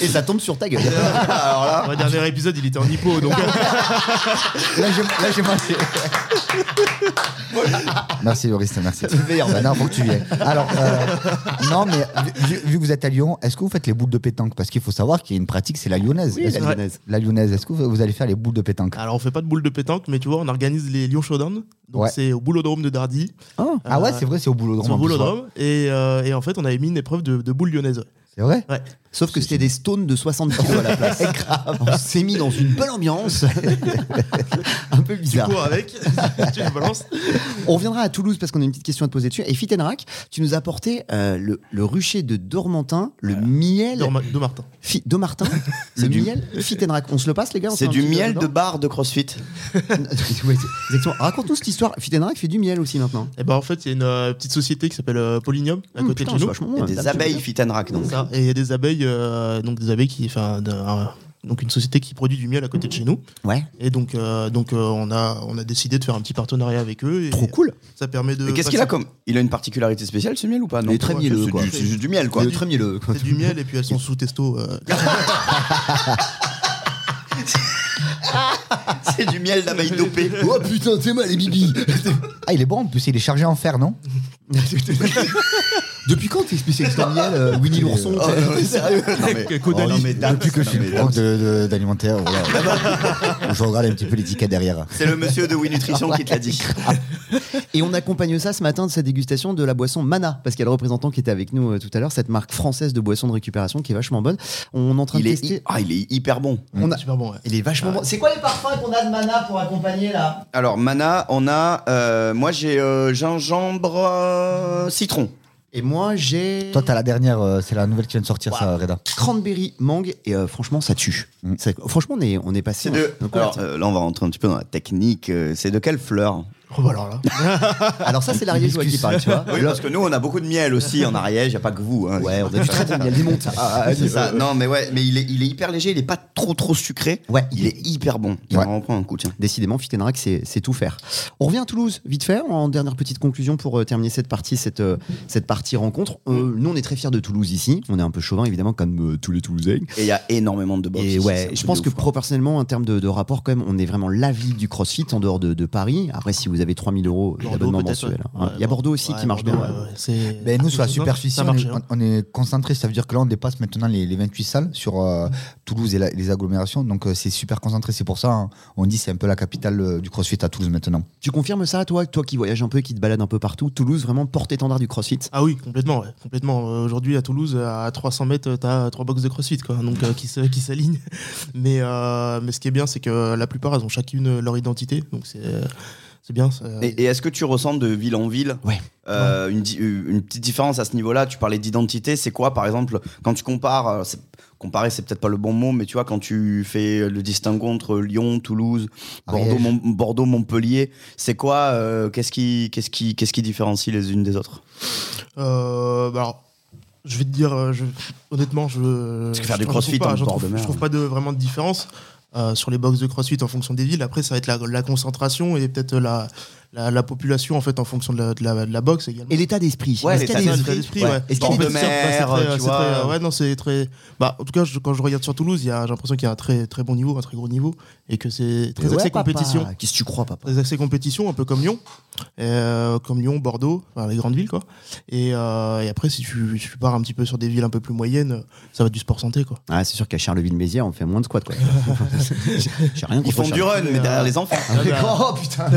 Speaker 2: Et ça tombe sur ta gueule.
Speaker 4: Le dernier épisode, il était en hypo, donc
Speaker 5: [LAUGHS] Là j'ai là, j'ai mal. merci Loris, merci. Bah non, faut que tu viennes. Alors, euh, non, mais vu, vu- vu que vous êtes à Lyon, est-ce que vous faites les boules de pétanque Parce qu'il faut savoir qu'il y a une pratique, c'est la lyonnaise.
Speaker 2: Oui,
Speaker 5: Est-ce
Speaker 2: la
Speaker 5: que-
Speaker 2: lyonnaise.
Speaker 5: La lyonnaise, est-ce que vous, vous allez faire les boules de pétanque
Speaker 4: Alors on fait pas de boule de pétanque, mais tu vois, on organise les Lyon Showdown. Donc
Speaker 5: Ouais.
Speaker 4: c'est au boulodrome de Dardy.
Speaker 5: Ah ouais,
Speaker 4: Euh,
Speaker 5: c'est vrai, c'est au boulot
Speaker 4: C'est au boulodrome. Et, euh, et en fait, on avait mis une épreuve de, de boule lyonnaise.
Speaker 5: C'est vrai
Speaker 4: Ouais.
Speaker 2: Sauf que c'était des stones de 60 kilos à la
Speaker 3: [LAUGHS]
Speaker 2: place. On s'est mis dans une bonne ambiance. Un peu
Speaker 4: Tu
Speaker 2: bizarre. [LAUGHS]
Speaker 4: cours avec, [LAUGHS] tu la balances.
Speaker 2: On reviendra à Toulouse parce qu'on a une petite question à te poser dessus. Et Fitenrack, tu nous as apporté euh, le, le rucher de Dormentin, le miel
Speaker 4: Dor- De Martin.
Speaker 2: fi- de
Speaker 3: [LAUGHS]
Speaker 2: Martin, le
Speaker 3: C'est du-
Speaker 2: miel Fitenrack. On se le passe, les gars on se met
Speaker 3: C'est
Speaker 2: un
Speaker 3: du
Speaker 2: petit peu
Speaker 3: miel
Speaker 2: dedans
Speaker 3: de bar de crossfit.
Speaker 2: [LAUGHS] Ouais, c'est- exactement. Raconte-nous cette histoire. Fitenrack fait du miel aussi maintenant.
Speaker 4: Et ben en fait, il y a une euh, petite société qui s'appelle euh, Polinium à
Speaker 2: Hum,
Speaker 4: côté
Speaker 2: putain,
Speaker 4: de
Speaker 2: c'est
Speaker 4: chez nous.
Speaker 2: vachement
Speaker 3: Il y
Speaker 2: bon,
Speaker 3: a des
Speaker 2: là.
Speaker 3: abeilles fit and rack, donc.
Speaker 4: Ça, Et il y a des abeilles, euh, donc des abeilles qui, enfin, d'un- donc une société qui produit du miel à côté de chez nous.
Speaker 2: Ouais.
Speaker 4: Et donc, euh, donc euh, on a, on a décidé de faire un petit partenariat avec eux. Et
Speaker 2: Trop cool.
Speaker 4: Ça permet de.
Speaker 3: Mais qu'est-ce qu'il a comme Il a une particularité spéciale ce miel ou pas Non,
Speaker 2: Il est très
Speaker 3: bah, c'est
Speaker 2: mielleux,
Speaker 3: du-
Speaker 2: quoi.
Speaker 3: C'est juste du miel quoi.
Speaker 2: Le très
Speaker 5: [LAUGHS]
Speaker 2: mielleux.
Speaker 4: C'est du miel et puis elles sont sous testo. euh,
Speaker 2: Ah
Speaker 3: C'est du miel [LAUGHS] d'abeille dopée.
Speaker 2: Oh putain, t'es mal, les bibi.
Speaker 5: Ah, il est bon, en plus, il est chargé en fer, non
Speaker 2: Depuis quand t'es spécialiste en miel, euh, Winnie l'ourson
Speaker 3: Oh, non, mais sérieux [LAUGHS] Non, mais-
Speaker 4: Caudalie.
Speaker 3: oh, non, mais dames,
Speaker 5: Depuis que je
Speaker 3: non,
Speaker 5: suis
Speaker 3: mais
Speaker 5: prof de- de- d'alimentaire, voilà. je regarde un petit peu l'étiquette derrière.
Speaker 3: C'est le monsieur de Wii Nutrition qui te l'a dit.
Speaker 2: Et on accompagne ça ce matin de sa dégustation de la boisson Mana, parce qu'il y a le représentant qui était avec nous euh, tout à l'heure, cette marque française de boisson de récupération qui est vachement bonne. On est en train
Speaker 3: [LAUGHS] Il
Speaker 2: de
Speaker 3: est,
Speaker 2: tester.
Speaker 3: hi- ah, il est hyper bon.
Speaker 2: On a-
Speaker 4: Super bon. ouais.
Speaker 2: Il est vachement bon. C'est quoi les parfums qu'on a de Mana pour accompagner là
Speaker 3: Alors, Mana, on a. euh, moi, j'ai euh, gingembre, euh, citron.
Speaker 2: Et moi j'ai
Speaker 5: Toi, t'as la dernière, euh, c'est la nouvelle qui vient de sortir, ça, Reda.
Speaker 2: cranberry mangue et euh, franchement ça tue. Ça- franchement on est on est passé.
Speaker 3: C'est de.
Speaker 2: on- donc, on
Speaker 3: Alors,
Speaker 2: retient.
Speaker 3: euh, là, on va rentrer un petit peu dans la technique. euh, C'est de quelle fleur
Speaker 4: Oh, bah alors là.
Speaker 2: Alors ça c'est [LAUGHS] l'Ariège qui parle, tu vois.
Speaker 3: Oui, parce que nous, on a beaucoup de miel aussi en Ariège, il a pas que vous. hein.
Speaker 2: Ouais, on a du très bon miel, des montes.
Speaker 3: Ah, ah, c'est ça. Non, mais ouais, mais il est, il est hyper léger, il est pas trop trop sucré.
Speaker 2: Ouais,
Speaker 3: Il est hyper bon. Il
Speaker 2: Ouais.
Speaker 3: en reprend un coup, tiens.
Speaker 2: Décidément, Fitenrac, c'est c'est tout faire. On revient à Toulouse, vite fait, en dernière petite conclusion pour euh, terminer cette partie, cette, euh, cette partie rencontre. Euh, nous, on est très fiers de Toulouse ici. On est un peu chauvin, évidemment, comme euh, tous les Toulousains.
Speaker 3: Et il y a énormément de box.
Speaker 2: Et
Speaker 3: ici, c'est un
Speaker 2: ouais,
Speaker 3: truc
Speaker 2: je
Speaker 3: de
Speaker 2: pense que
Speaker 3: ouf, hein.
Speaker 2: proportionnellement, en termes de, de rapport, quand même, on est vraiment la ville du crossfit en dehors de, de Paris. Après, si vous avez 3000 euros
Speaker 4: Bordeaux,
Speaker 2: d'abonnement
Speaker 4: peut-être,
Speaker 2: mensuel.
Speaker 4: ouais.
Speaker 2: hein.
Speaker 4: Ouais,
Speaker 2: Il y a Bordeaux aussi
Speaker 4: ouais,
Speaker 2: qui marche
Speaker 4: Bordeaux,
Speaker 2: bien.
Speaker 4: ouais, ouais, Ah, c'est-
Speaker 5: Ben, nous, sur la
Speaker 4: Ça,
Speaker 5: superficie,
Speaker 4: ça
Speaker 5: on,
Speaker 4: marche,
Speaker 5: est-
Speaker 4: hein.
Speaker 5: on- on est concentré. Ça veut dire que là, on dépasse maintenant les, les 28 salles sur euh, Toulouse et la- les agglomérations. Donc, euh, c'est super concentré. C'est pour ça, hein, on dit c'est un peu la capitale euh, du crossfit à Toulouse maintenant.
Speaker 2: Tu confirmes ça, toi, toi qui voyages un peu, qui te balades un peu partout Toulouse, vraiment porte-étendard du crossfit
Speaker 4: Ah oui, complètement. ouais, complètement. Euh, Aujourd'hui, à Toulouse, à 300 mètres, euh, t'as trois box de CrossFit, quoi, donc euh, qui se- qui s'alignent. [LAUGHS] Mais euh, mais ce qui est bien, c'est que la plupart, elles ont chacune leur identité, donc c'est c'est bien. ça-
Speaker 3: Et, et est-ce que tu ressens de ville en ville
Speaker 2: Ouais.
Speaker 3: euh, une, di- une petite différence à ce niveau-là Tu parlais d'identité, c'est quoi par exemple quand tu compares euh, c'est- Comparer, c'est peut-être pas le bon mot, mais tu vois, quand tu fais le distinguo entre Lyon, Toulouse, Bordeaux,
Speaker 5: Ariège.
Speaker 3: Mon- Bordeaux Montpellier, c'est quoi euh, Qu'est-ce qui, qu'est-ce qui, qu'est-ce qui différencie les unes des autres
Speaker 4: Euh, bah alors, je vais te dire, euh, je- honnêtement, je.
Speaker 3: Parce que faire
Speaker 4: je
Speaker 3: du
Speaker 4: trouve
Speaker 3: crossfit
Speaker 4: pas-
Speaker 3: en
Speaker 4: je
Speaker 3: bord
Speaker 4: trouve-
Speaker 3: de mer.
Speaker 4: Je trouve pas de, vraiment de différence euh, sur les box de crossfit en fonction des villes. Après, ça va être la, la concentration et peut-être la, la, la population en fait en fonction de la, de la, de la box également.
Speaker 2: Et l'état d'esprit.
Speaker 3: Ouais,
Speaker 2: Est-ce qu'il y a
Speaker 3: l'état
Speaker 2: des-
Speaker 3: d'esprit. ouais.
Speaker 2: Est-ce qu'il y a
Speaker 3: Bord
Speaker 2: des
Speaker 3: de mer,
Speaker 4: Ouais, c'est très-
Speaker 3: tu
Speaker 4: c'est très-
Speaker 3: vois.
Speaker 4: ouais, non, c'est très. Bah, en tout cas, je- quand je regarde sur Toulouse, il y a- j'ai l'impression qu'il y a un très, très bon niveau, un très gros niveau, et que c'est très
Speaker 2: Ouais,
Speaker 4: axé
Speaker 2: papa,
Speaker 4: compétition.
Speaker 2: Qu'est-ce que tu crois, papa
Speaker 4: Des accès compétition, un peu comme Lyon, Et, euh, comme Lyon, Bordeaux, enfin, les grandes villes quoi. Et, euh, et après, si tu, si tu pars un petit peu sur des villes un peu plus moyennes, ça va être du sport santé
Speaker 3: [LAUGHS]
Speaker 4: quoi.
Speaker 2: Ah, c'est sûr qu'à Charleville-Mézières, on fait moins de squats, quoi. J'ai rien
Speaker 3: Ils
Speaker 2: contre
Speaker 3: font Ah, du
Speaker 2: Charleville.
Speaker 3: run, mais derrière les enfants.
Speaker 2: Oh putain!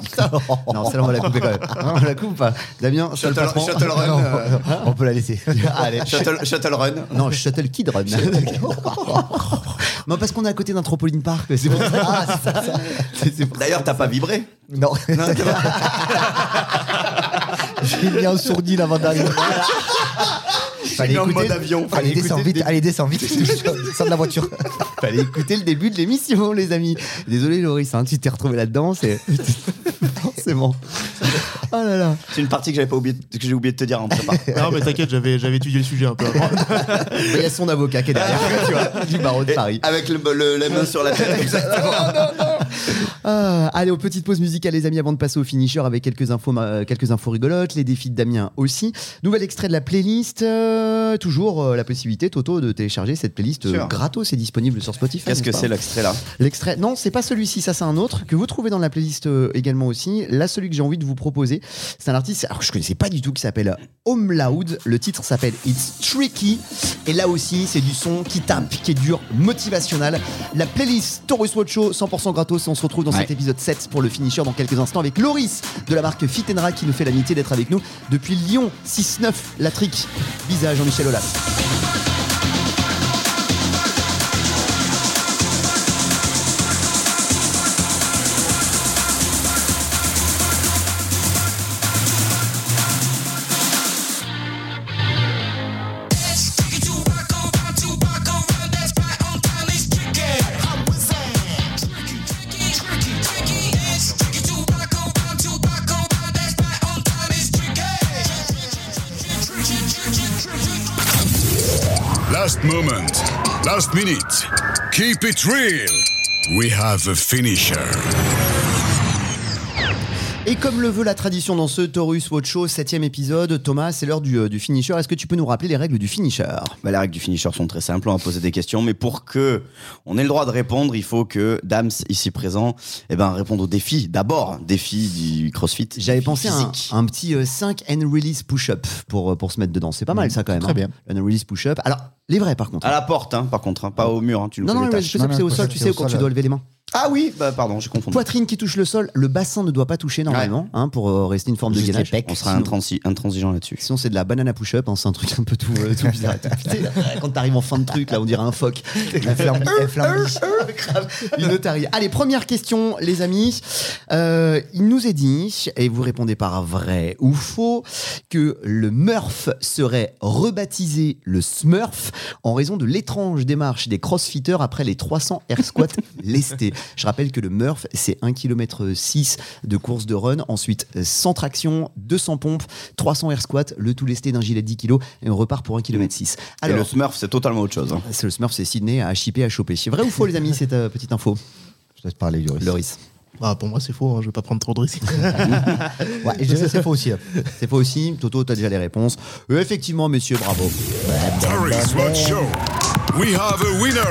Speaker 2: Putain. [LAUGHS] Non, celle-là on va la couper quand même. Hein, On la coupe ou pas? Damien, seul
Speaker 3: Shuttle-
Speaker 2: patron.
Speaker 3: shuttle run,
Speaker 2: Non,
Speaker 3: euh.
Speaker 2: [LAUGHS] On peut la
Speaker 3: [LAUGHS]
Speaker 2: laisser. Allez,
Speaker 3: Shuttle, shuttle run.
Speaker 2: Non, Shuttle Kid [LAUGHS] Run. non, parce qu'on est à côté d'un trampoline park. C'est pour ça. Ah, c'est ça, ça. C'est- c'est pour ça.
Speaker 3: D'ailleurs, t'as pas vibré.
Speaker 2: Non,
Speaker 5: J'ai mis un sourdi l'avant-dernier.
Speaker 2: fallait
Speaker 3: mis en
Speaker 2: écouter.
Speaker 3: mode avion.
Speaker 2: Fallait
Speaker 5: Allez, descends
Speaker 2: écouter le
Speaker 5: vite, allez, descends vite. [LAUGHS] Sors de la voiture.
Speaker 2: Fallait écouter le début de l'émission, les amis. Désolé, Loris, hein, tu t'es retrouvé là-dedans, c'est. [LAUGHS] c'est bon. Oh là là.
Speaker 3: C'est une partie que j'avais pas oublié, que j'ai oublié de te dire hein, en prépa.
Speaker 4: Non mais t'inquiète, j'avais j'avais étudié le sujet un
Speaker 3: [LAUGHS]
Speaker 4: peu. avant.
Speaker 2: Il y a son avocat qui est derrière, tu vois, du barreau de
Speaker 3: Et
Speaker 2: Paris.
Speaker 3: Avec le, le- la main sur la [LAUGHS] tête.
Speaker 2: Ah, allez, aux petites pauses musicales, les amis, avant de passer au finisher avec quelques infos, ma- euh, quelques infos rigolotes, les défis de Damien aussi. Nouvel extrait de la playlist. euh, toujours euh, la possibilité, Toto, de télécharger cette playlist euh,
Speaker 3: Sûr.
Speaker 2: gratos. C'est disponible sur Spotify.
Speaker 3: Qu'est-ce que
Speaker 2: n'est-ce pas
Speaker 3: c'est l'extrait là
Speaker 2: L'extrait, non, c'est pas celui-ci, ça c'est un autre que vous trouvez dans la playlist euh, également aussi. Là, celui que j'ai envie de vous proposer, c'est un artiste, alors je connaissais pas du tout, qui s'appelle Home Loud. Le titre s'appelle It's Tricky. Et là aussi, c'est du son qui tape, qui est dur, motivationnel. La playlist Taurus Watch Show, 100% gratos. On se retrouve dans
Speaker 3: Ouais.
Speaker 2: cet épisode 7 pour le finisher dans quelques instants avec Loris de la marque Fitenra qui nous fait l'amitié d'être avec nous depuis Lyon 6-9, la trique. Bisous à Jean-Michel Aulas.
Speaker 1: Last moment, last minute. Keep it real. We have a finisher.
Speaker 2: Et comme le veut la tradition dans ce Taurus Watch Show, septième épisode, Thomas, c'est l'heure du, euh, du finisher. Est-ce que tu peux nous rappeler les règles du finisher
Speaker 3: Bah, les règles du finisher sont très simples, on va poser des questions, mais pour que on ait le droit de répondre, il faut que Dams, ici présent, eh ben, réponde aux défis. D'abord, défi du crossfit.
Speaker 2: J'avais
Speaker 3: Défi
Speaker 2: pensé à un,
Speaker 3: physique.
Speaker 2: un petit euh, 5 and release push-up pour, euh, pour se mettre dedans. C'est pas mal ça quand même.
Speaker 5: très
Speaker 2: hein.
Speaker 5: bien.
Speaker 2: Un release push-up. Alors, les vrais par contre.
Speaker 3: À la porte, hein, par contre, hein, pas au mur, hein, tu nous
Speaker 2: non,
Speaker 3: fais
Speaker 2: non,
Speaker 3: les
Speaker 2: le
Speaker 3: tâches.
Speaker 2: push-up
Speaker 5: Non,
Speaker 2: c'est
Speaker 5: non,
Speaker 2: au
Speaker 5: le
Speaker 2: sol,
Speaker 5: push-up,
Speaker 2: tu
Speaker 5: c'est
Speaker 2: sais,
Speaker 5: au
Speaker 2: quand tu
Speaker 5: sol,
Speaker 2: dois
Speaker 5: euh.
Speaker 2: lever les mains.
Speaker 3: Ah oui, bah, pardon, j'ai confondu.
Speaker 2: Poitrine qui touche le sol, le bassin ne doit pas toucher normalement hein, pour euh, rester une forme de
Speaker 3: Juste les
Speaker 2: gainage.
Speaker 3: pecs, on sera
Speaker 2: Sinon-
Speaker 3: intransi- intransigeant là-dessus.
Speaker 2: Sinon, c'est de la banana push-up, hein, c'est un truc un peu tout, euh, tout bizarre. tout pété. Quand t'arrives en fin de truc, là, on dirait un phoque.
Speaker 5: Inflamme-
Speaker 2: [LAUGHS]
Speaker 5: inflamme-
Speaker 3: [LAUGHS]
Speaker 2: Une otarie. Allez, première question, les amis. Euh, il nous est dit, et vous répondez par vrai ou faux, que le Murph serait rebaptisé le Smurf en raison de l'étrange démarche des crossfitters après les 300 air
Speaker 3: [LAUGHS]
Speaker 2: squats lestés. Je rappelle que le Murph, c'est 1,6 km de course de run, ensuite 100 tractions, 200 pompes, 300 air squats, le tout lesté d'un gilet de 10 kg, et on repart pour 1,6 km.
Speaker 3: Et le Smurf, c'est totalement autre chose. hein.
Speaker 2: C'est le Smurf, c'est Sydney à chipper, à choper. C'est vrai ou faux, les amis, cette euh, petite info
Speaker 5: Je te laisse parler, Joris.
Speaker 2: Loris.
Speaker 4: Bah, pour moi c'est faux, hein, je vais pas prendre trop de risques.
Speaker 5: Ouais, et je dirais que c'est faux aussi. hein.
Speaker 2: C'est faux aussi. Toto, t'as déjà les réponses. Euh, effectivement, messieurs, bravo.
Speaker 1: Taurus Watch Show. We have a winner.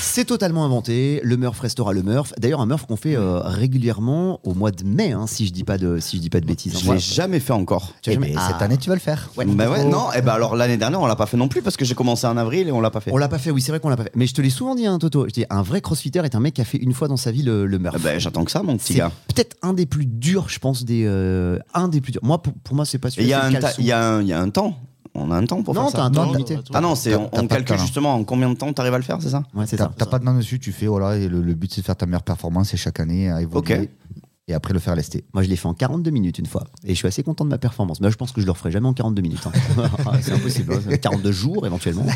Speaker 2: C'est totalement inventé. Le Murph restera le Murph. D'ailleurs, un Murph qu'on fait euh, régulièrement au mois de mai, hein, si je dis pas de, si je dis pas de bêtises. hein.
Speaker 3: Je
Speaker 2: Enfin,
Speaker 3: l'ai jamais fait encore.
Speaker 5: Eh
Speaker 2: jamais-
Speaker 5: ben,
Speaker 2: Ah.
Speaker 5: Cette année, tu vas le faire.
Speaker 3: bah ouais, non, et bah alors l'année dernière, on l'a pas fait non plus parce que j'ai commencé en avril et on l'a pas fait.
Speaker 2: On l'a pas fait, oui, c'est vrai qu'on l'a pas fait. Mais je te l'ai souvent dit, hein, Toto. Je dis, un vrai crossfitter est un mec qui a fait une fois dans sa vie le, le Murph.
Speaker 3: Ah bah, j'attends que ça, mon petit
Speaker 2: c'est
Speaker 3: gars.
Speaker 2: peut-être un des plus durs, je pense, des euh, un des plus durs. Moi, pour, pour moi, c'est pas
Speaker 3: Et
Speaker 2: sûr.
Speaker 3: il y, a un ta- il y a un- il y a un temps. On a un temps pour
Speaker 2: Non,
Speaker 3: faire ça.
Speaker 2: t'as un temps
Speaker 4: Non,
Speaker 2: limité.
Speaker 4: t'as-
Speaker 3: Ah non, c'est
Speaker 5: T'as-
Speaker 3: on,
Speaker 5: t'as
Speaker 3: on
Speaker 5: pas de
Speaker 3: calcule
Speaker 5: talent.
Speaker 3: justement en combien de temps t'arrives à le faire, c'est ça
Speaker 2: Ouais, c'est
Speaker 5: T'as
Speaker 2: ça.
Speaker 5: t'as pas de main dessus, tu fais, voilà, et le, le but c'est de faire ta meilleure performance et chaque année à évoluer.
Speaker 3: Ok.
Speaker 5: et après le faire lester.
Speaker 2: Moi, je l'ai fait en 42 minutes une fois. Et je suis assez content de ma performance. Mais je pense que je le referai jamais en 42 minutes. hein. c'est impossible. hein. 42 jours, éventuellement.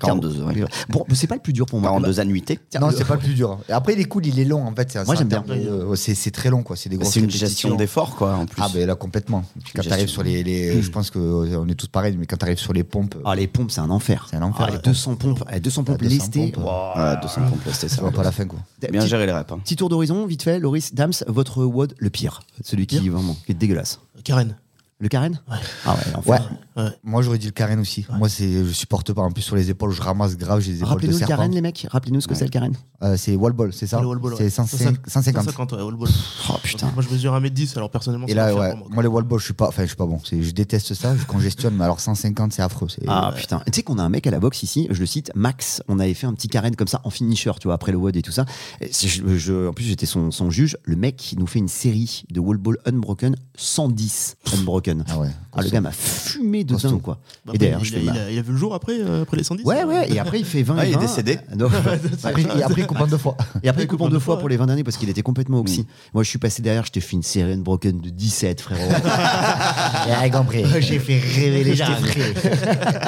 Speaker 3: 42 heures.
Speaker 2: Bon, mais c'est pas le plus dur pour moi.
Speaker 3: 42 annuités.
Speaker 5: Non, c'est pas le plus dur. Et Après, il est cool, il est long en fait. c'est un-
Speaker 2: Moi,
Speaker 5: c'est
Speaker 2: j'aime
Speaker 5: un
Speaker 2: bien.
Speaker 5: terme de- euh, C'est c'est très long quoi. C'est des grosses
Speaker 3: Bah, C'est une
Speaker 5: répétitions.
Speaker 3: gestion d'effort, quoi, en plus.
Speaker 5: Ah ben là complètement. Et puis quand
Speaker 3: Une
Speaker 5: t'arrives
Speaker 3: gestion.
Speaker 5: sur les, les- je pense que euh, on est tous pareils, mais quand t'arrives sur les pompes,
Speaker 2: Ah, les pompes, c'est un enfer.
Speaker 5: C'est un enfer,
Speaker 2: Ah, les
Speaker 5: ouais.
Speaker 2: 200 pompes, eh, 200 pompes
Speaker 5: 200
Speaker 2: lestées.
Speaker 5: pompes,
Speaker 2: Wow.
Speaker 3: Voilà, 200 pompes, là, c'était
Speaker 5: ça
Speaker 3: ça.
Speaker 5: va pas à la fin quoi.
Speaker 3: Bien
Speaker 2: Petit-
Speaker 3: gérer les reps. hein.
Speaker 2: Petit tour d'horizon, vite fait. Loris, Dams, votre WOD le pire. Celui qui, vraiment, qui est dégueulasse.
Speaker 4: Karen.
Speaker 2: Le Karen
Speaker 4: Ouais.
Speaker 2: Ah ouais, enfin.
Speaker 5: Ouais.
Speaker 4: Ouais.
Speaker 5: Moi j'aurais dit le Karen aussi. Moi c'est je supporte pas. En plus sur les épaules, je ramasse grave, j'ai des épaules de
Speaker 2: Rappelez-nous le
Speaker 5: serpent.
Speaker 2: Karen, les mecs. Rappelez-nous ce que c'est le Karen.
Speaker 5: Euh, c'est wall ball, c'est ça
Speaker 4: Le wall ball,
Speaker 5: C'est
Speaker 4: ouais.
Speaker 5: 105 150.
Speaker 4: 150, ouais, wall ball.
Speaker 2: Oh putain.
Speaker 4: Moi, je mesure 1m10, alors personnellement,
Speaker 5: Et
Speaker 4: c'est pas
Speaker 5: là,
Speaker 4: faire
Speaker 5: ouais,
Speaker 4: pour moi.
Speaker 5: moi les wall ball, je suis pas, enfin je suis pas bon. C'est- Je déteste ça, je congestionne. mais alors 150, c'est affreux. c'est-
Speaker 2: Ah putain, tu sais qu'on a un mec à la boxe ici, je le cite, Max, on avait fait un petit carène comme ça en finisher, tu vois, après le WOD et tout ça. Et c'est- je- je- en plus j'étais son, son juge, le mec il nous fait une série de wall ball unbroken, 110 unbroken.
Speaker 5: Ah ouais.
Speaker 2: Ah, le gars m'a fumé de
Speaker 5: Costaud.
Speaker 2: dingue quoi.
Speaker 4: Bah,
Speaker 2: et d'ailleurs
Speaker 4: après,
Speaker 2: je
Speaker 4: il,
Speaker 2: fais
Speaker 4: a-
Speaker 2: ma-
Speaker 4: il a, il a vu le jour après, euh, après les 110
Speaker 2: Ouais ouais, et après il fait 20
Speaker 3: Ah,
Speaker 2: et
Speaker 3: il est
Speaker 2: 20.
Speaker 3: décédé
Speaker 2: [LAUGHS] Non.
Speaker 5: Après, et après, il coupe en deux [LAUGHS] fois.
Speaker 2: Et après, il
Speaker 4: Il
Speaker 2: coupe
Speaker 4: coupe
Speaker 2: en deux
Speaker 4: deux
Speaker 2: fois
Speaker 4: fois,
Speaker 2: pour les 20 derniers parce qu'il était complètement
Speaker 5: Mm.
Speaker 2: oxy. Moi, je suis passé derrière, je t'ai fait une série unbroken de 17, frérot.
Speaker 5: [LAUGHS] J'ai compris.
Speaker 2: J'ai fait rêver les gens.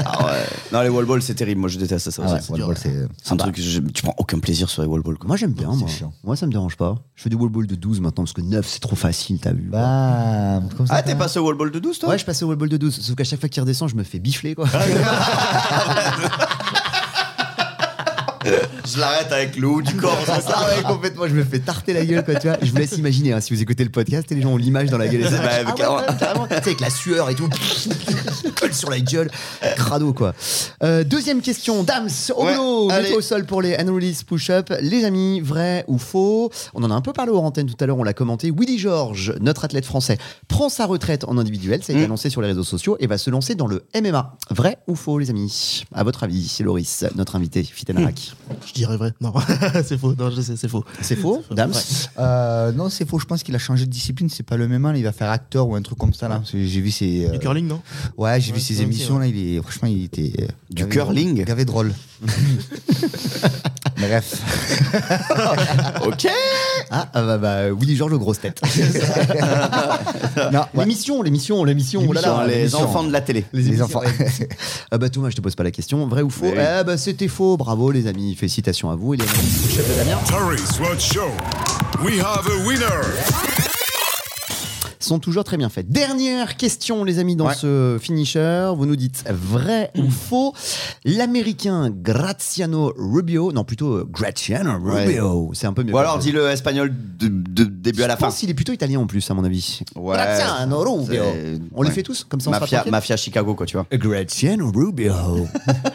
Speaker 3: Ah ouais. Non, les wall balls, c'est terrible. Moi, je déteste ça
Speaker 5: Ah ouais,
Speaker 3: aussi.
Speaker 5: wall Ah bah. ball, c'est.
Speaker 3: C'est un truc, que je- tu prends aucun plaisir sur les wall balls, quoi.
Speaker 2: Moi, j'aime bien,
Speaker 5: C'est
Speaker 2: moi.
Speaker 5: chiant.
Speaker 2: Moi, ça me dérange pas. Je fais du wall ball de 12 maintenant parce que 9, c'est trop facile, t'as vu.
Speaker 5: Bah,
Speaker 2: quoi.
Speaker 5: Bam, comme ça.
Speaker 3: Ah, t'es passé au wall ball de 12, toi
Speaker 2: Ouais, je passe au wall ball de 12, sauf qu'à chaque fois qu'il redescend, je me fais bifler, quoi.
Speaker 3: Je l'arrête avec le haut du corps, c'est ça
Speaker 2: Ah ouais, complètement, je me fais tarter la gueule, quoi, tu vois. Je vous laisse imaginer, hein, si vous écoutez le podcast, et les gens ont l'image dans la gueule.
Speaker 3: Bah,
Speaker 2: Ah ouais,
Speaker 3: carrément.
Speaker 2: ouais, carrément. Tu sais, avec la sueur et tout, colle sur la gueule, crado, quoi. Euh, deuxième question, dames, au
Speaker 3: Ouais,
Speaker 2: boulot,
Speaker 3: allez.
Speaker 2: mettez au sol pour les unreleased push-up. Les amis, vrai ou faux On en a un peu parlé aux antennes tout à l'heure, on l'a commenté. Willy Georges, notre athlète français, prend sa retraite en individuel,
Speaker 3: Mm.
Speaker 2: ça a été annoncé sur les réseaux sociaux, et va se lancer dans le MMA. Vrai ou faux, les amis À votre avis, c'est Loris, notre invité, Fitenarak.
Speaker 4: Je dirais vrai. Non, [LAUGHS] c'est faux. Non, je sais, c'est faux.
Speaker 2: Mm. C'est faux, dames
Speaker 5: Euh, non, c'est faux. Je pense qu'il a changé de discipline. C'est pas le même. hein. Il va faire acteur ou un truc comme ça. Là, Parce que j'ai vu ses. euh,
Speaker 4: Du curling, non
Speaker 5: Ouais, j'ai vu
Speaker 4: Ouais,
Speaker 5: ses
Speaker 4: c'est
Speaker 5: émissions. Là, il est franchement, il était. euh,
Speaker 3: Du
Speaker 5: gavé-
Speaker 3: curling
Speaker 5: Gavé
Speaker 3: [LAUGHS]
Speaker 5: de rôle. Bref.
Speaker 3: Ok
Speaker 2: Ah, ah, bah, bah Willy Georges aux grosses têtes. [LAUGHS]
Speaker 5: Non, ouais.
Speaker 2: L'émission, l'émission, l'émission, oh là là.
Speaker 5: L'émission, les
Speaker 3: Les
Speaker 5: émissions.
Speaker 3: enfants de la télé.
Speaker 5: Les, enfants.
Speaker 2: [LAUGHS] Ah bah Thomas, je te pose pas la question, vrai ou faux
Speaker 3: Mais oui.
Speaker 2: Eh bah c'était faux, bravo les amis, félicitations à vous et les chef de Damien
Speaker 1: Paris Watch Show. We have a winner.
Speaker 2: sont toujours très bien faites. Dernière question les amis dans
Speaker 3: Ouais. Hmm.
Speaker 2: ce finisher, vous nous dites vrai ou faux L'américain Graziano Rubio, non plutôt euh, Graziano Rubio, c'est un peu mieux.
Speaker 3: Ou alors, dis le espagnol de, de début à la
Speaker 2: Je
Speaker 3: fin.
Speaker 2: pense qu'il est plutôt italien en plus à mon avis.
Speaker 3: Ouais.
Speaker 2: Graziano Rubio.
Speaker 3: C'est-
Speaker 2: On les
Speaker 3: ouais.
Speaker 2: fait tous comme ça on sera
Speaker 3: Mafia,
Speaker 2: tranquille
Speaker 3: mafia Chicago, quoi, tu vois.
Speaker 2: Graziano Rubio. [LAUGHS]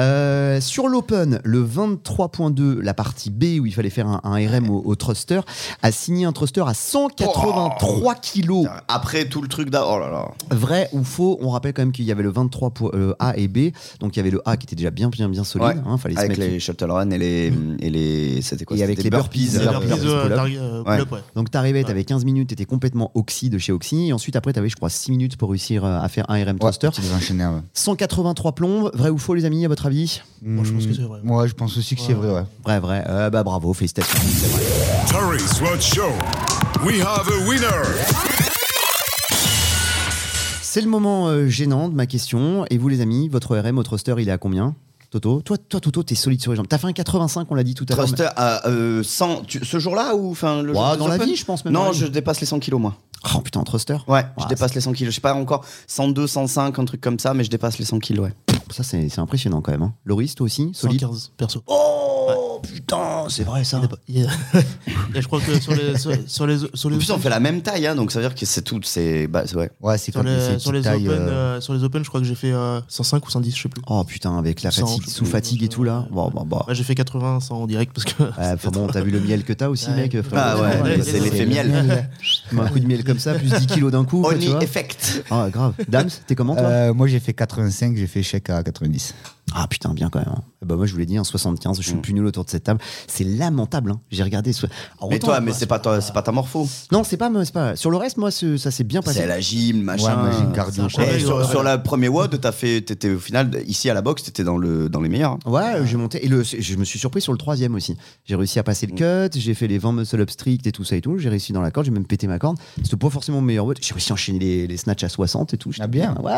Speaker 2: Euh, sur l'Open, le 23.2, la partie B où il fallait faire un, un RM au, au thruster, a signé un thruster à 183
Speaker 3: Oh,
Speaker 2: kilos.
Speaker 3: Après tout le truc d'avant. Oh là là.
Speaker 2: Vrai ou faux On rappelle quand même qu'il y avait le 23 pour- euh, A et B, donc il y avait le A qui était déjà bien bien bien solide.
Speaker 3: Ouais.
Speaker 2: hein, fallait se
Speaker 3: avec
Speaker 2: mettre- Mm.
Speaker 3: les shuttle run et les. Et les c'était quoi
Speaker 2: Et avec les
Speaker 3: C'était
Speaker 2: burpees.
Speaker 4: C'est
Speaker 2: Alors,
Speaker 4: la
Speaker 2: alors,
Speaker 4: reprise euh,
Speaker 2: pull-up.
Speaker 4: target, euh,
Speaker 3: Ouais.
Speaker 4: pull-up, ouais.
Speaker 2: Donc t'arrivais,
Speaker 4: Ouais.
Speaker 2: t'avais 15 minutes, t'étais complètement oxy de chez oxy, et ensuite après t'avais je crois 6 minutes pour réussir euh, à faire un RM thruster.
Speaker 5: Tu hein. les enchaînais. ouais.
Speaker 2: 183 plombes, vrai ou faux les amis à votre avis
Speaker 4: Moi, je pense que c'est
Speaker 2: Mmh,
Speaker 4: vrai.
Speaker 5: Moi, je pense aussi que c'est
Speaker 4: Ouais.
Speaker 5: vrai. Ouais.
Speaker 2: Vrai vrai, Euh, bah bravo, félicitations. c'est vrai.
Speaker 1: Paris Watch Show. We have a winner.
Speaker 2: C'est le moment euh, gênant de ma question. Et vous, les amis, votre RM au thruster, il est à combien Toto Toi, toi Toto, t'es solide sur les jambes. T'as fait un 85, on l'a dit tout à l'heure.
Speaker 3: Thruster à euh, 100. tu- ce jour-là ou enfin le
Speaker 2: Ouais,
Speaker 3: jour des
Speaker 2: dans la
Speaker 3: Open
Speaker 2: vie, je pense, même dans la
Speaker 3: Non,
Speaker 2: vie.
Speaker 3: je dépasse les 100 kilos, moi.
Speaker 2: mais- Oh putain, un thruster
Speaker 3: Ouais,
Speaker 2: Ouais,
Speaker 3: je dépasse les 100 kilos. Je sais pas encore 102, 105, un truc comme ça, mais je dépasse les 100 kilos, ouais.
Speaker 2: Ça, c'est c'est impressionnant quand même. hein. Loris, toi aussi, solide
Speaker 4: 115, perso.
Speaker 2: Oh putain, c'est vrai ça.
Speaker 4: Il est pas- il est- [LAUGHS] Et je crois que sur les sur, sur les sur
Speaker 2: Mm.
Speaker 3: En
Speaker 4: les
Speaker 3: plus, on fait la même taille, hein, donc ça veut dire que c'est tout. C'est. Bah, c'est- ouais.
Speaker 5: Ouais, c'est
Speaker 4: sur
Speaker 5: comme c'est
Speaker 4: les,
Speaker 5: une
Speaker 4: sur les
Speaker 5: petite taille,
Speaker 4: open
Speaker 5: euh,
Speaker 4: euh, sur les open, je crois que j'ai fait euh, 105 ou 110, je sais plus.
Speaker 2: Oh putain, avec la
Speaker 4: Sans-
Speaker 2: fatigue,
Speaker 4: je-
Speaker 2: sous fatigue et tout là.
Speaker 4: je-
Speaker 2: Bon, bah, bah.
Speaker 4: Ouais, j'ai fait 80, 100 en direct parce que
Speaker 2: Ouais, enfin bon, t'as vu le miel que t'as aussi,
Speaker 4: Ouais.
Speaker 2: mec frérot.
Speaker 3: Ah ouais,
Speaker 2: Ouais,
Speaker 3: c'est l'effet miel.
Speaker 4: [LAUGHS]
Speaker 2: Tu mets Un coup de miel comme ça, plus 10 kilos d'un coup. quoi, tu
Speaker 3: Only
Speaker 2: vois.
Speaker 3: effect.
Speaker 2: Ah, grave. Dams, t'es comment toi
Speaker 5: euh, moi, j'ai fait 85, j'ai fait échec à 90.
Speaker 2: hein,
Speaker 3: Mm.
Speaker 2: Ah putain, bien quand même. hein. Eh ben, moi, je vous l'ai dit, en 75, je suis le plus nul autour de cette table. C'est lamentable. hein. J'ai regardé. ce- Alors,
Speaker 3: Mais
Speaker 2: autant,
Speaker 3: toi, mais
Speaker 2: moi,
Speaker 3: c'est pas, toi- c'est pas ta morpho.
Speaker 2: Non, c'est pas, moi, c'est pas. Sur le reste, moi, ce- ça s'est bien
Speaker 3: C'est
Speaker 2: passé.
Speaker 3: la gym, machin.
Speaker 5: Ouais, moi, j'ai une cardio,
Speaker 3: Et
Speaker 5: quoi.
Speaker 4: Ouais,
Speaker 3: sur,
Speaker 4: ouais.
Speaker 3: sur la premier WOD, t'as fait, t'étais au final, ici à la boxe, t'étais dans, le, dans les meilleurs.
Speaker 2: Ouais, j'ai monté. Et le, je me suis surpris sur le troisième aussi. J'ai réussi à passer le
Speaker 3: Mm.
Speaker 2: cut, j'ai fait les 20 muscle up strict et tout ça et tout. J'ai réussi dans la corde, j'ai même pété ma corde. C'était pas forcément mon meilleur weight. J'ai réussi à enchaîner les, les snatchs à 60 et tout. J'étais
Speaker 5: Ah, bien.
Speaker 2: Ouais,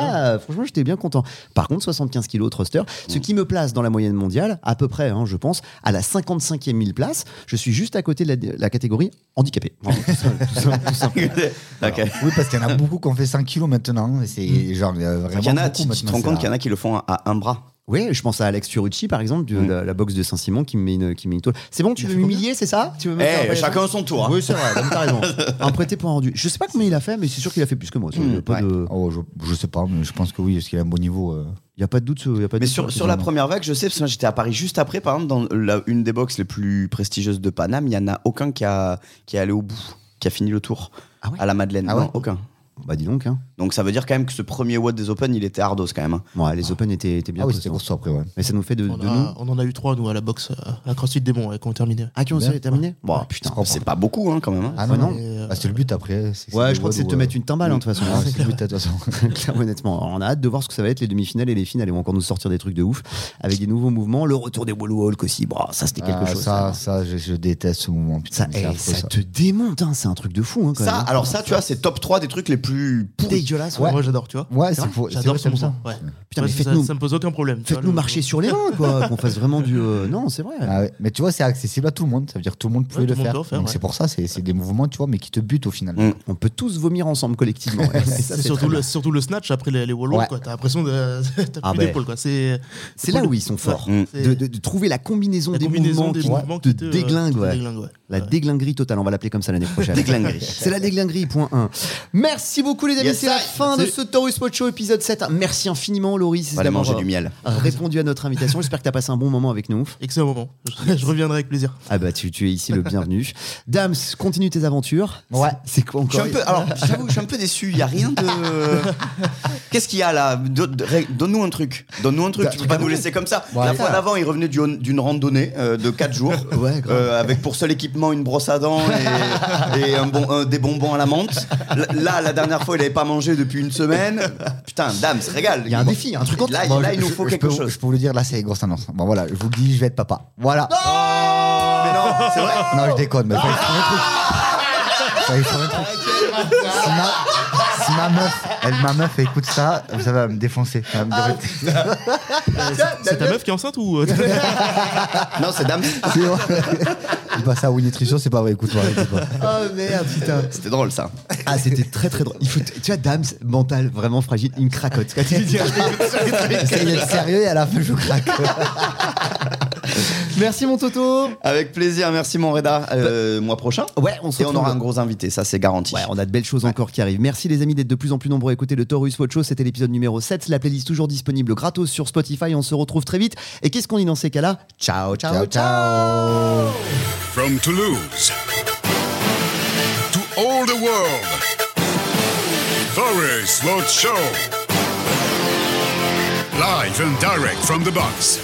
Speaker 2: franchement, j'étais bien content. Par contre, 75 kilos thruster,
Speaker 3: Mm.
Speaker 2: ce qui me place dans la moyenne mondiale, à peu près, hein, je pense, à la 55e 1000 place. Je suis juste à côté de la, la catégorie handicapé. Voilà, tout simple, tout simple, tout simple.
Speaker 3: [LAUGHS] Ok.
Speaker 5: Oui, parce qu'il y en a beaucoup qui ont fait 100 kilos maintenant. hein, et C'est genre euh, vraiment.
Speaker 3: Il Mmh. y en a,
Speaker 5: beaucoup
Speaker 3: tu, tu te
Speaker 5: maintenant,
Speaker 3: rends
Speaker 5: c'est
Speaker 3: compte
Speaker 5: la-
Speaker 3: qu'il y en a qui le font à un bras.
Speaker 2: Oui, je pense à Alex Turucci, par exemple, de
Speaker 3: Mm.
Speaker 2: la, la boxe de Saint-Simon, qui me met une, qui me met une tôle. C'est bon, tu
Speaker 4: Il a
Speaker 2: veux
Speaker 4: fait combien
Speaker 2: m'humilier, c'est ça Tu veux me
Speaker 3: Eh,
Speaker 2: faire un vrai-
Speaker 3: chacun son tour. hein.
Speaker 2: Oui, c'est vrai, donc t'as raison. Un prêté pour un rendu. Je sais pas combien il a fait, mais c'est sûr qu'il a fait plus que moi. Il n'y
Speaker 3: Mm,
Speaker 2: a, pas
Speaker 3: ouais.
Speaker 2: de-
Speaker 5: Oh, je, je sais pas, mais je pense que oui, parce qu'il a un bon niveau. euh.
Speaker 2: y a pas de doute. ce- y a pas de
Speaker 3: Mais
Speaker 2: doute
Speaker 3: sur,
Speaker 2: ce
Speaker 3: sur la
Speaker 2: genre.
Speaker 3: première vague, je sais, parce que moi, j'étais à Paris juste après, par exemple, dans la- une des boxes les plus prestigieuses de Paname, il n'y en a aucun qui, a, qui est allé au bout, qui a fini le tour
Speaker 2: Ah ouais
Speaker 3: à la Madeleine.
Speaker 5: Ah
Speaker 3: non,
Speaker 5: ouais
Speaker 3: aucun.
Speaker 2: Bah, dis donc. Hein.
Speaker 3: Donc ça veut dire quand même que ce premier WOD des Open, il était hardos quand même. hein.
Speaker 2: Ouais, les Open étaient, étaient bien
Speaker 5: Ah oui, c'était
Speaker 2: costauds.
Speaker 5: pour ça après, ouais.
Speaker 2: Mais ça nous fait
Speaker 4: [LAUGHS]
Speaker 2: de,
Speaker 4: On,
Speaker 2: de
Speaker 4: a-
Speaker 2: nous.
Speaker 4: on en a eu trois, nous, à la boxe, euh, à, à CrossFit Démon, ouais, quand on terminait.
Speaker 2: Ah, qui ont
Speaker 5: Bien.
Speaker 2: s'est terminé Bon, putain.
Speaker 5: Je comprends.
Speaker 3: C'est pas beaucoup hein, quand même. hein.
Speaker 5: Ah non,
Speaker 2: non.
Speaker 5: non.
Speaker 4: Et, euh,
Speaker 5: Bah, c'est le but après.
Speaker 2: Ouais, je crois que c'est de te mettre une timbale, hein, de toute façon.
Speaker 5: Ah, c'est le but, de toute façon.
Speaker 2: [LAUGHS] Clairement, honnêtement, on a hâte de voir ce que ça va être les demi-finales et les finales. Ils vont encore nous sortir des trucs de ouf avec des nouveaux mouvements. Le retour des wall walk aussi. Bon, ça, c'était quelque
Speaker 5: Ah,
Speaker 2: chose.
Speaker 5: Ça, ça, je, je déteste ce mouvement.
Speaker 2: Ça,
Speaker 5: Putain,
Speaker 2: eh,
Speaker 5: mais c'est affreux,
Speaker 2: ça
Speaker 5: ça.
Speaker 2: te démonte, hein, c'est un truc de fou. Hein, quand
Speaker 3: Ça,
Speaker 2: même, hein.
Speaker 3: alors ça, tu vois, c'est top 3 des trucs les plus pourris.
Speaker 2: dégueulasse. ouais.
Speaker 4: Ah, Moi, j'adore, tu vois.
Speaker 5: Ouais, c'est
Speaker 4: vrai,
Speaker 5: pour- c'est
Speaker 4: J'adore
Speaker 5: vrai,
Speaker 4: ce
Speaker 5: t'aimes ça.
Speaker 4: mouvement. Ouais.
Speaker 2: Putain, mais
Speaker 4: Moi, ça-
Speaker 2: faites-nous-
Speaker 4: Ça me pose aucun problème. tu vois,
Speaker 2: Faites-nous
Speaker 4: le-
Speaker 2: marcher
Speaker 4: [LAUGHS]
Speaker 2: sur les mains, quoi. Qu'on fasse vraiment du. euh, Non, c'est vrai.
Speaker 5: Ah ouais, Mais tu vois, c'est accessible à tout le monde. Ça veut dire que tout le monde pouvait
Speaker 4: Ouais,
Speaker 5: le
Speaker 4: tout le monde
Speaker 5: faire.
Speaker 4: peut le faire,
Speaker 5: Donc
Speaker 4: ouais.
Speaker 5: c'est pour ça, c'est c'est des mouvements, tu vois, mais qui te butent au final.
Speaker 3: Mm.
Speaker 2: On peut tous vomir ensemble collectivement. Et ça,
Speaker 4: [LAUGHS]
Speaker 2: [LAUGHS]
Speaker 4: C'est
Speaker 2: c'est
Speaker 4: surtout
Speaker 2: très
Speaker 4: le,
Speaker 2: bien.
Speaker 4: c'est surtout le snatch après les, les wall walk,
Speaker 5: Ouais.
Speaker 4: quoi. T'as l'impression de. [LAUGHS] T'as
Speaker 2: Ah
Speaker 4: plus
Speaker 2: ben.
Speaker 4: d'épaule, quoi. C'est
Speaker 2: C'est là où ils sont forts.
Speaker 3: Mm.
Speaker 4: c'est-
Speaker 2: De, de- de trouver la combinaison
Speaker 4: la
Speaker 2: des
Speaker 4: combinaison
Speaker 2: mouvements
Speaker 4: des
Speaker 2: qui
Speaker 4: mouvements
Speaker 2: te
Speaker 4: qui te euh,
Speaker 2: déglingue.
Speaker 4: qui te
Speaker 2: ouais.
Speaker 4: déglingue, ouais.
Speaker 2: La
Speaker 4: Ouais.
Speaker 2: déglinguerie totale, on va l'appeler comme ça l'année prochaine. [LAUGHS]
Speaker 3: Déglinguerie.
Speaker 2: C'est la déglinguerie, point 1. Merci beaucoup, les amis.
Speaker 3: Yes,
Speaker 2: c'est la
Speaker 3: I.
Speaker 2: fin de
Speaker 3: Salut.
Speaker 2: ce Taurus Pod Show épisode 7. Merci infiniment, Loris,
Speaker 3: Va aller
Speaker 2: d'avoir euh,
Speaker 3: manger du miel.
Speaker 2: répondu à notre invitation. J'espère que tu as passé un bon moment avec nous.
Speaker 4: Excellent moment. Je, [LAUGHS] je reviendrai avec plaisir.
Speaker 2: Ah bah, tu, tu es ici le bienvenu. Dams, continue tes aventures.
Speaker 5: Ouais.
Speaker 2: C'est quoi
Speaker 3: Je suis
Speaker 2: encore
Speaker 3: un peu, alors, j'avoue, je suis un peu déçu. Il y a rien de.
Speaker 2: [LAUGHS]
Speaker 3: Qu'est-ce qu'il y a là Do- de- ré- Donne-nous un truc. Donne-nous un
Speaker 2: Bah,
Speaker 3: truc. Tu peux pas nous laisser comme ça.
Speaker 5: Ouais,
Speaker 3: la
Speaker 5: c'est
Speaker 3: fois
Speaker 5: ça.
Speaker 3: d'avant, il revenait du- d'une randonnée euh, de 4 jours,
Speaker 2: [LAUGHS] Ouais, grave.
Speaker 3: euh, avec pour seul équipement une brosse à dents
Speaker 2: [LAUGHS]
Speaker 3: et, et un bon, un- des bonbons à la menthe. L- Là, la dernière fois, il avait pas mangé depuis une semaine. Putain, dame, se régale.
Speaker 2: Il y a un défi, il y a un truc en
Speaker 3: Là,
Speaker 5: Bon,
Speaker 3: là,
Speaker 5: je-
Speaker 3: il nous
Speaker 5: je-
Speaker 3: faut
Speaker 5: je
Speaker 3: quelque
Speaker 5: peux-
Speaker 3: chose.
Speaker 5: Je peux vous le dire, là, c'est grosse annonce. Bon, voilà, je vous le dis, je vais être papa. Voilà.
Speaker 3: Mais non, c'est vrai.
Speaker 5: Non, je déconne, mais il fallait trouver un truc. Fallait trouver un truc. Si ma, si ma meuf, elle, ma meuf, elle écoute ça, ça va me défoncer. Elle va me dire-
Speaker 3: Ah.
Speaker 4: C'est ta meuf qui est enceinte
Speaker 2: [LAUGHS]
Speaker 4: ou. euh,
Speaker 3: Non, c'est dame.
Speaker 5: [LAUGHS]
Speaker 3: [LAUGHS]
Speaker 5: C'est vrai. Bah, ça, oui, nutrition, c'est pas vrai. Écoute-moi, écoute-moi.
Speaker 2: Oh merde, putain.
Speaker 3: C'était drôle ça.
Speaker 2: Ah, c'était très très drôle. Il faut, tu vois, Dams, mental, vraiment fragile, une cracotte. Quand il dit-
Speaker 5: J'essaie d'être sérieux et à la fin, je craque.
Speaker 2: [LAUGHS] Merci mon Toto.
Speaker 3: Avec plaisir. Merci mon Reda. Euh, mois prochain.
Speaker 2: Ouais, on se
Speaker 3: Et on
Speaker 2: retrouve.
Speaker 3: aura un gros invité, ça c'est garanti.
Speaker 2: Ouais, on a de belles choses encore qui arrivent. Merci les amis d'être de plus en plus nombreux à écouter le Taurus Watch Show. C'était l'épisode numéro 7. La playlist toujours disponible gratos sur Spotify. On se retrouve très vite. Et qu'est-ce qu'on dit dans ces cas-là Ciao, ciao, ciao.
Speaker 5: ciao.
Speaker 1: From Toulouse to all the world, Taurus Road Show. Live and direct from the box.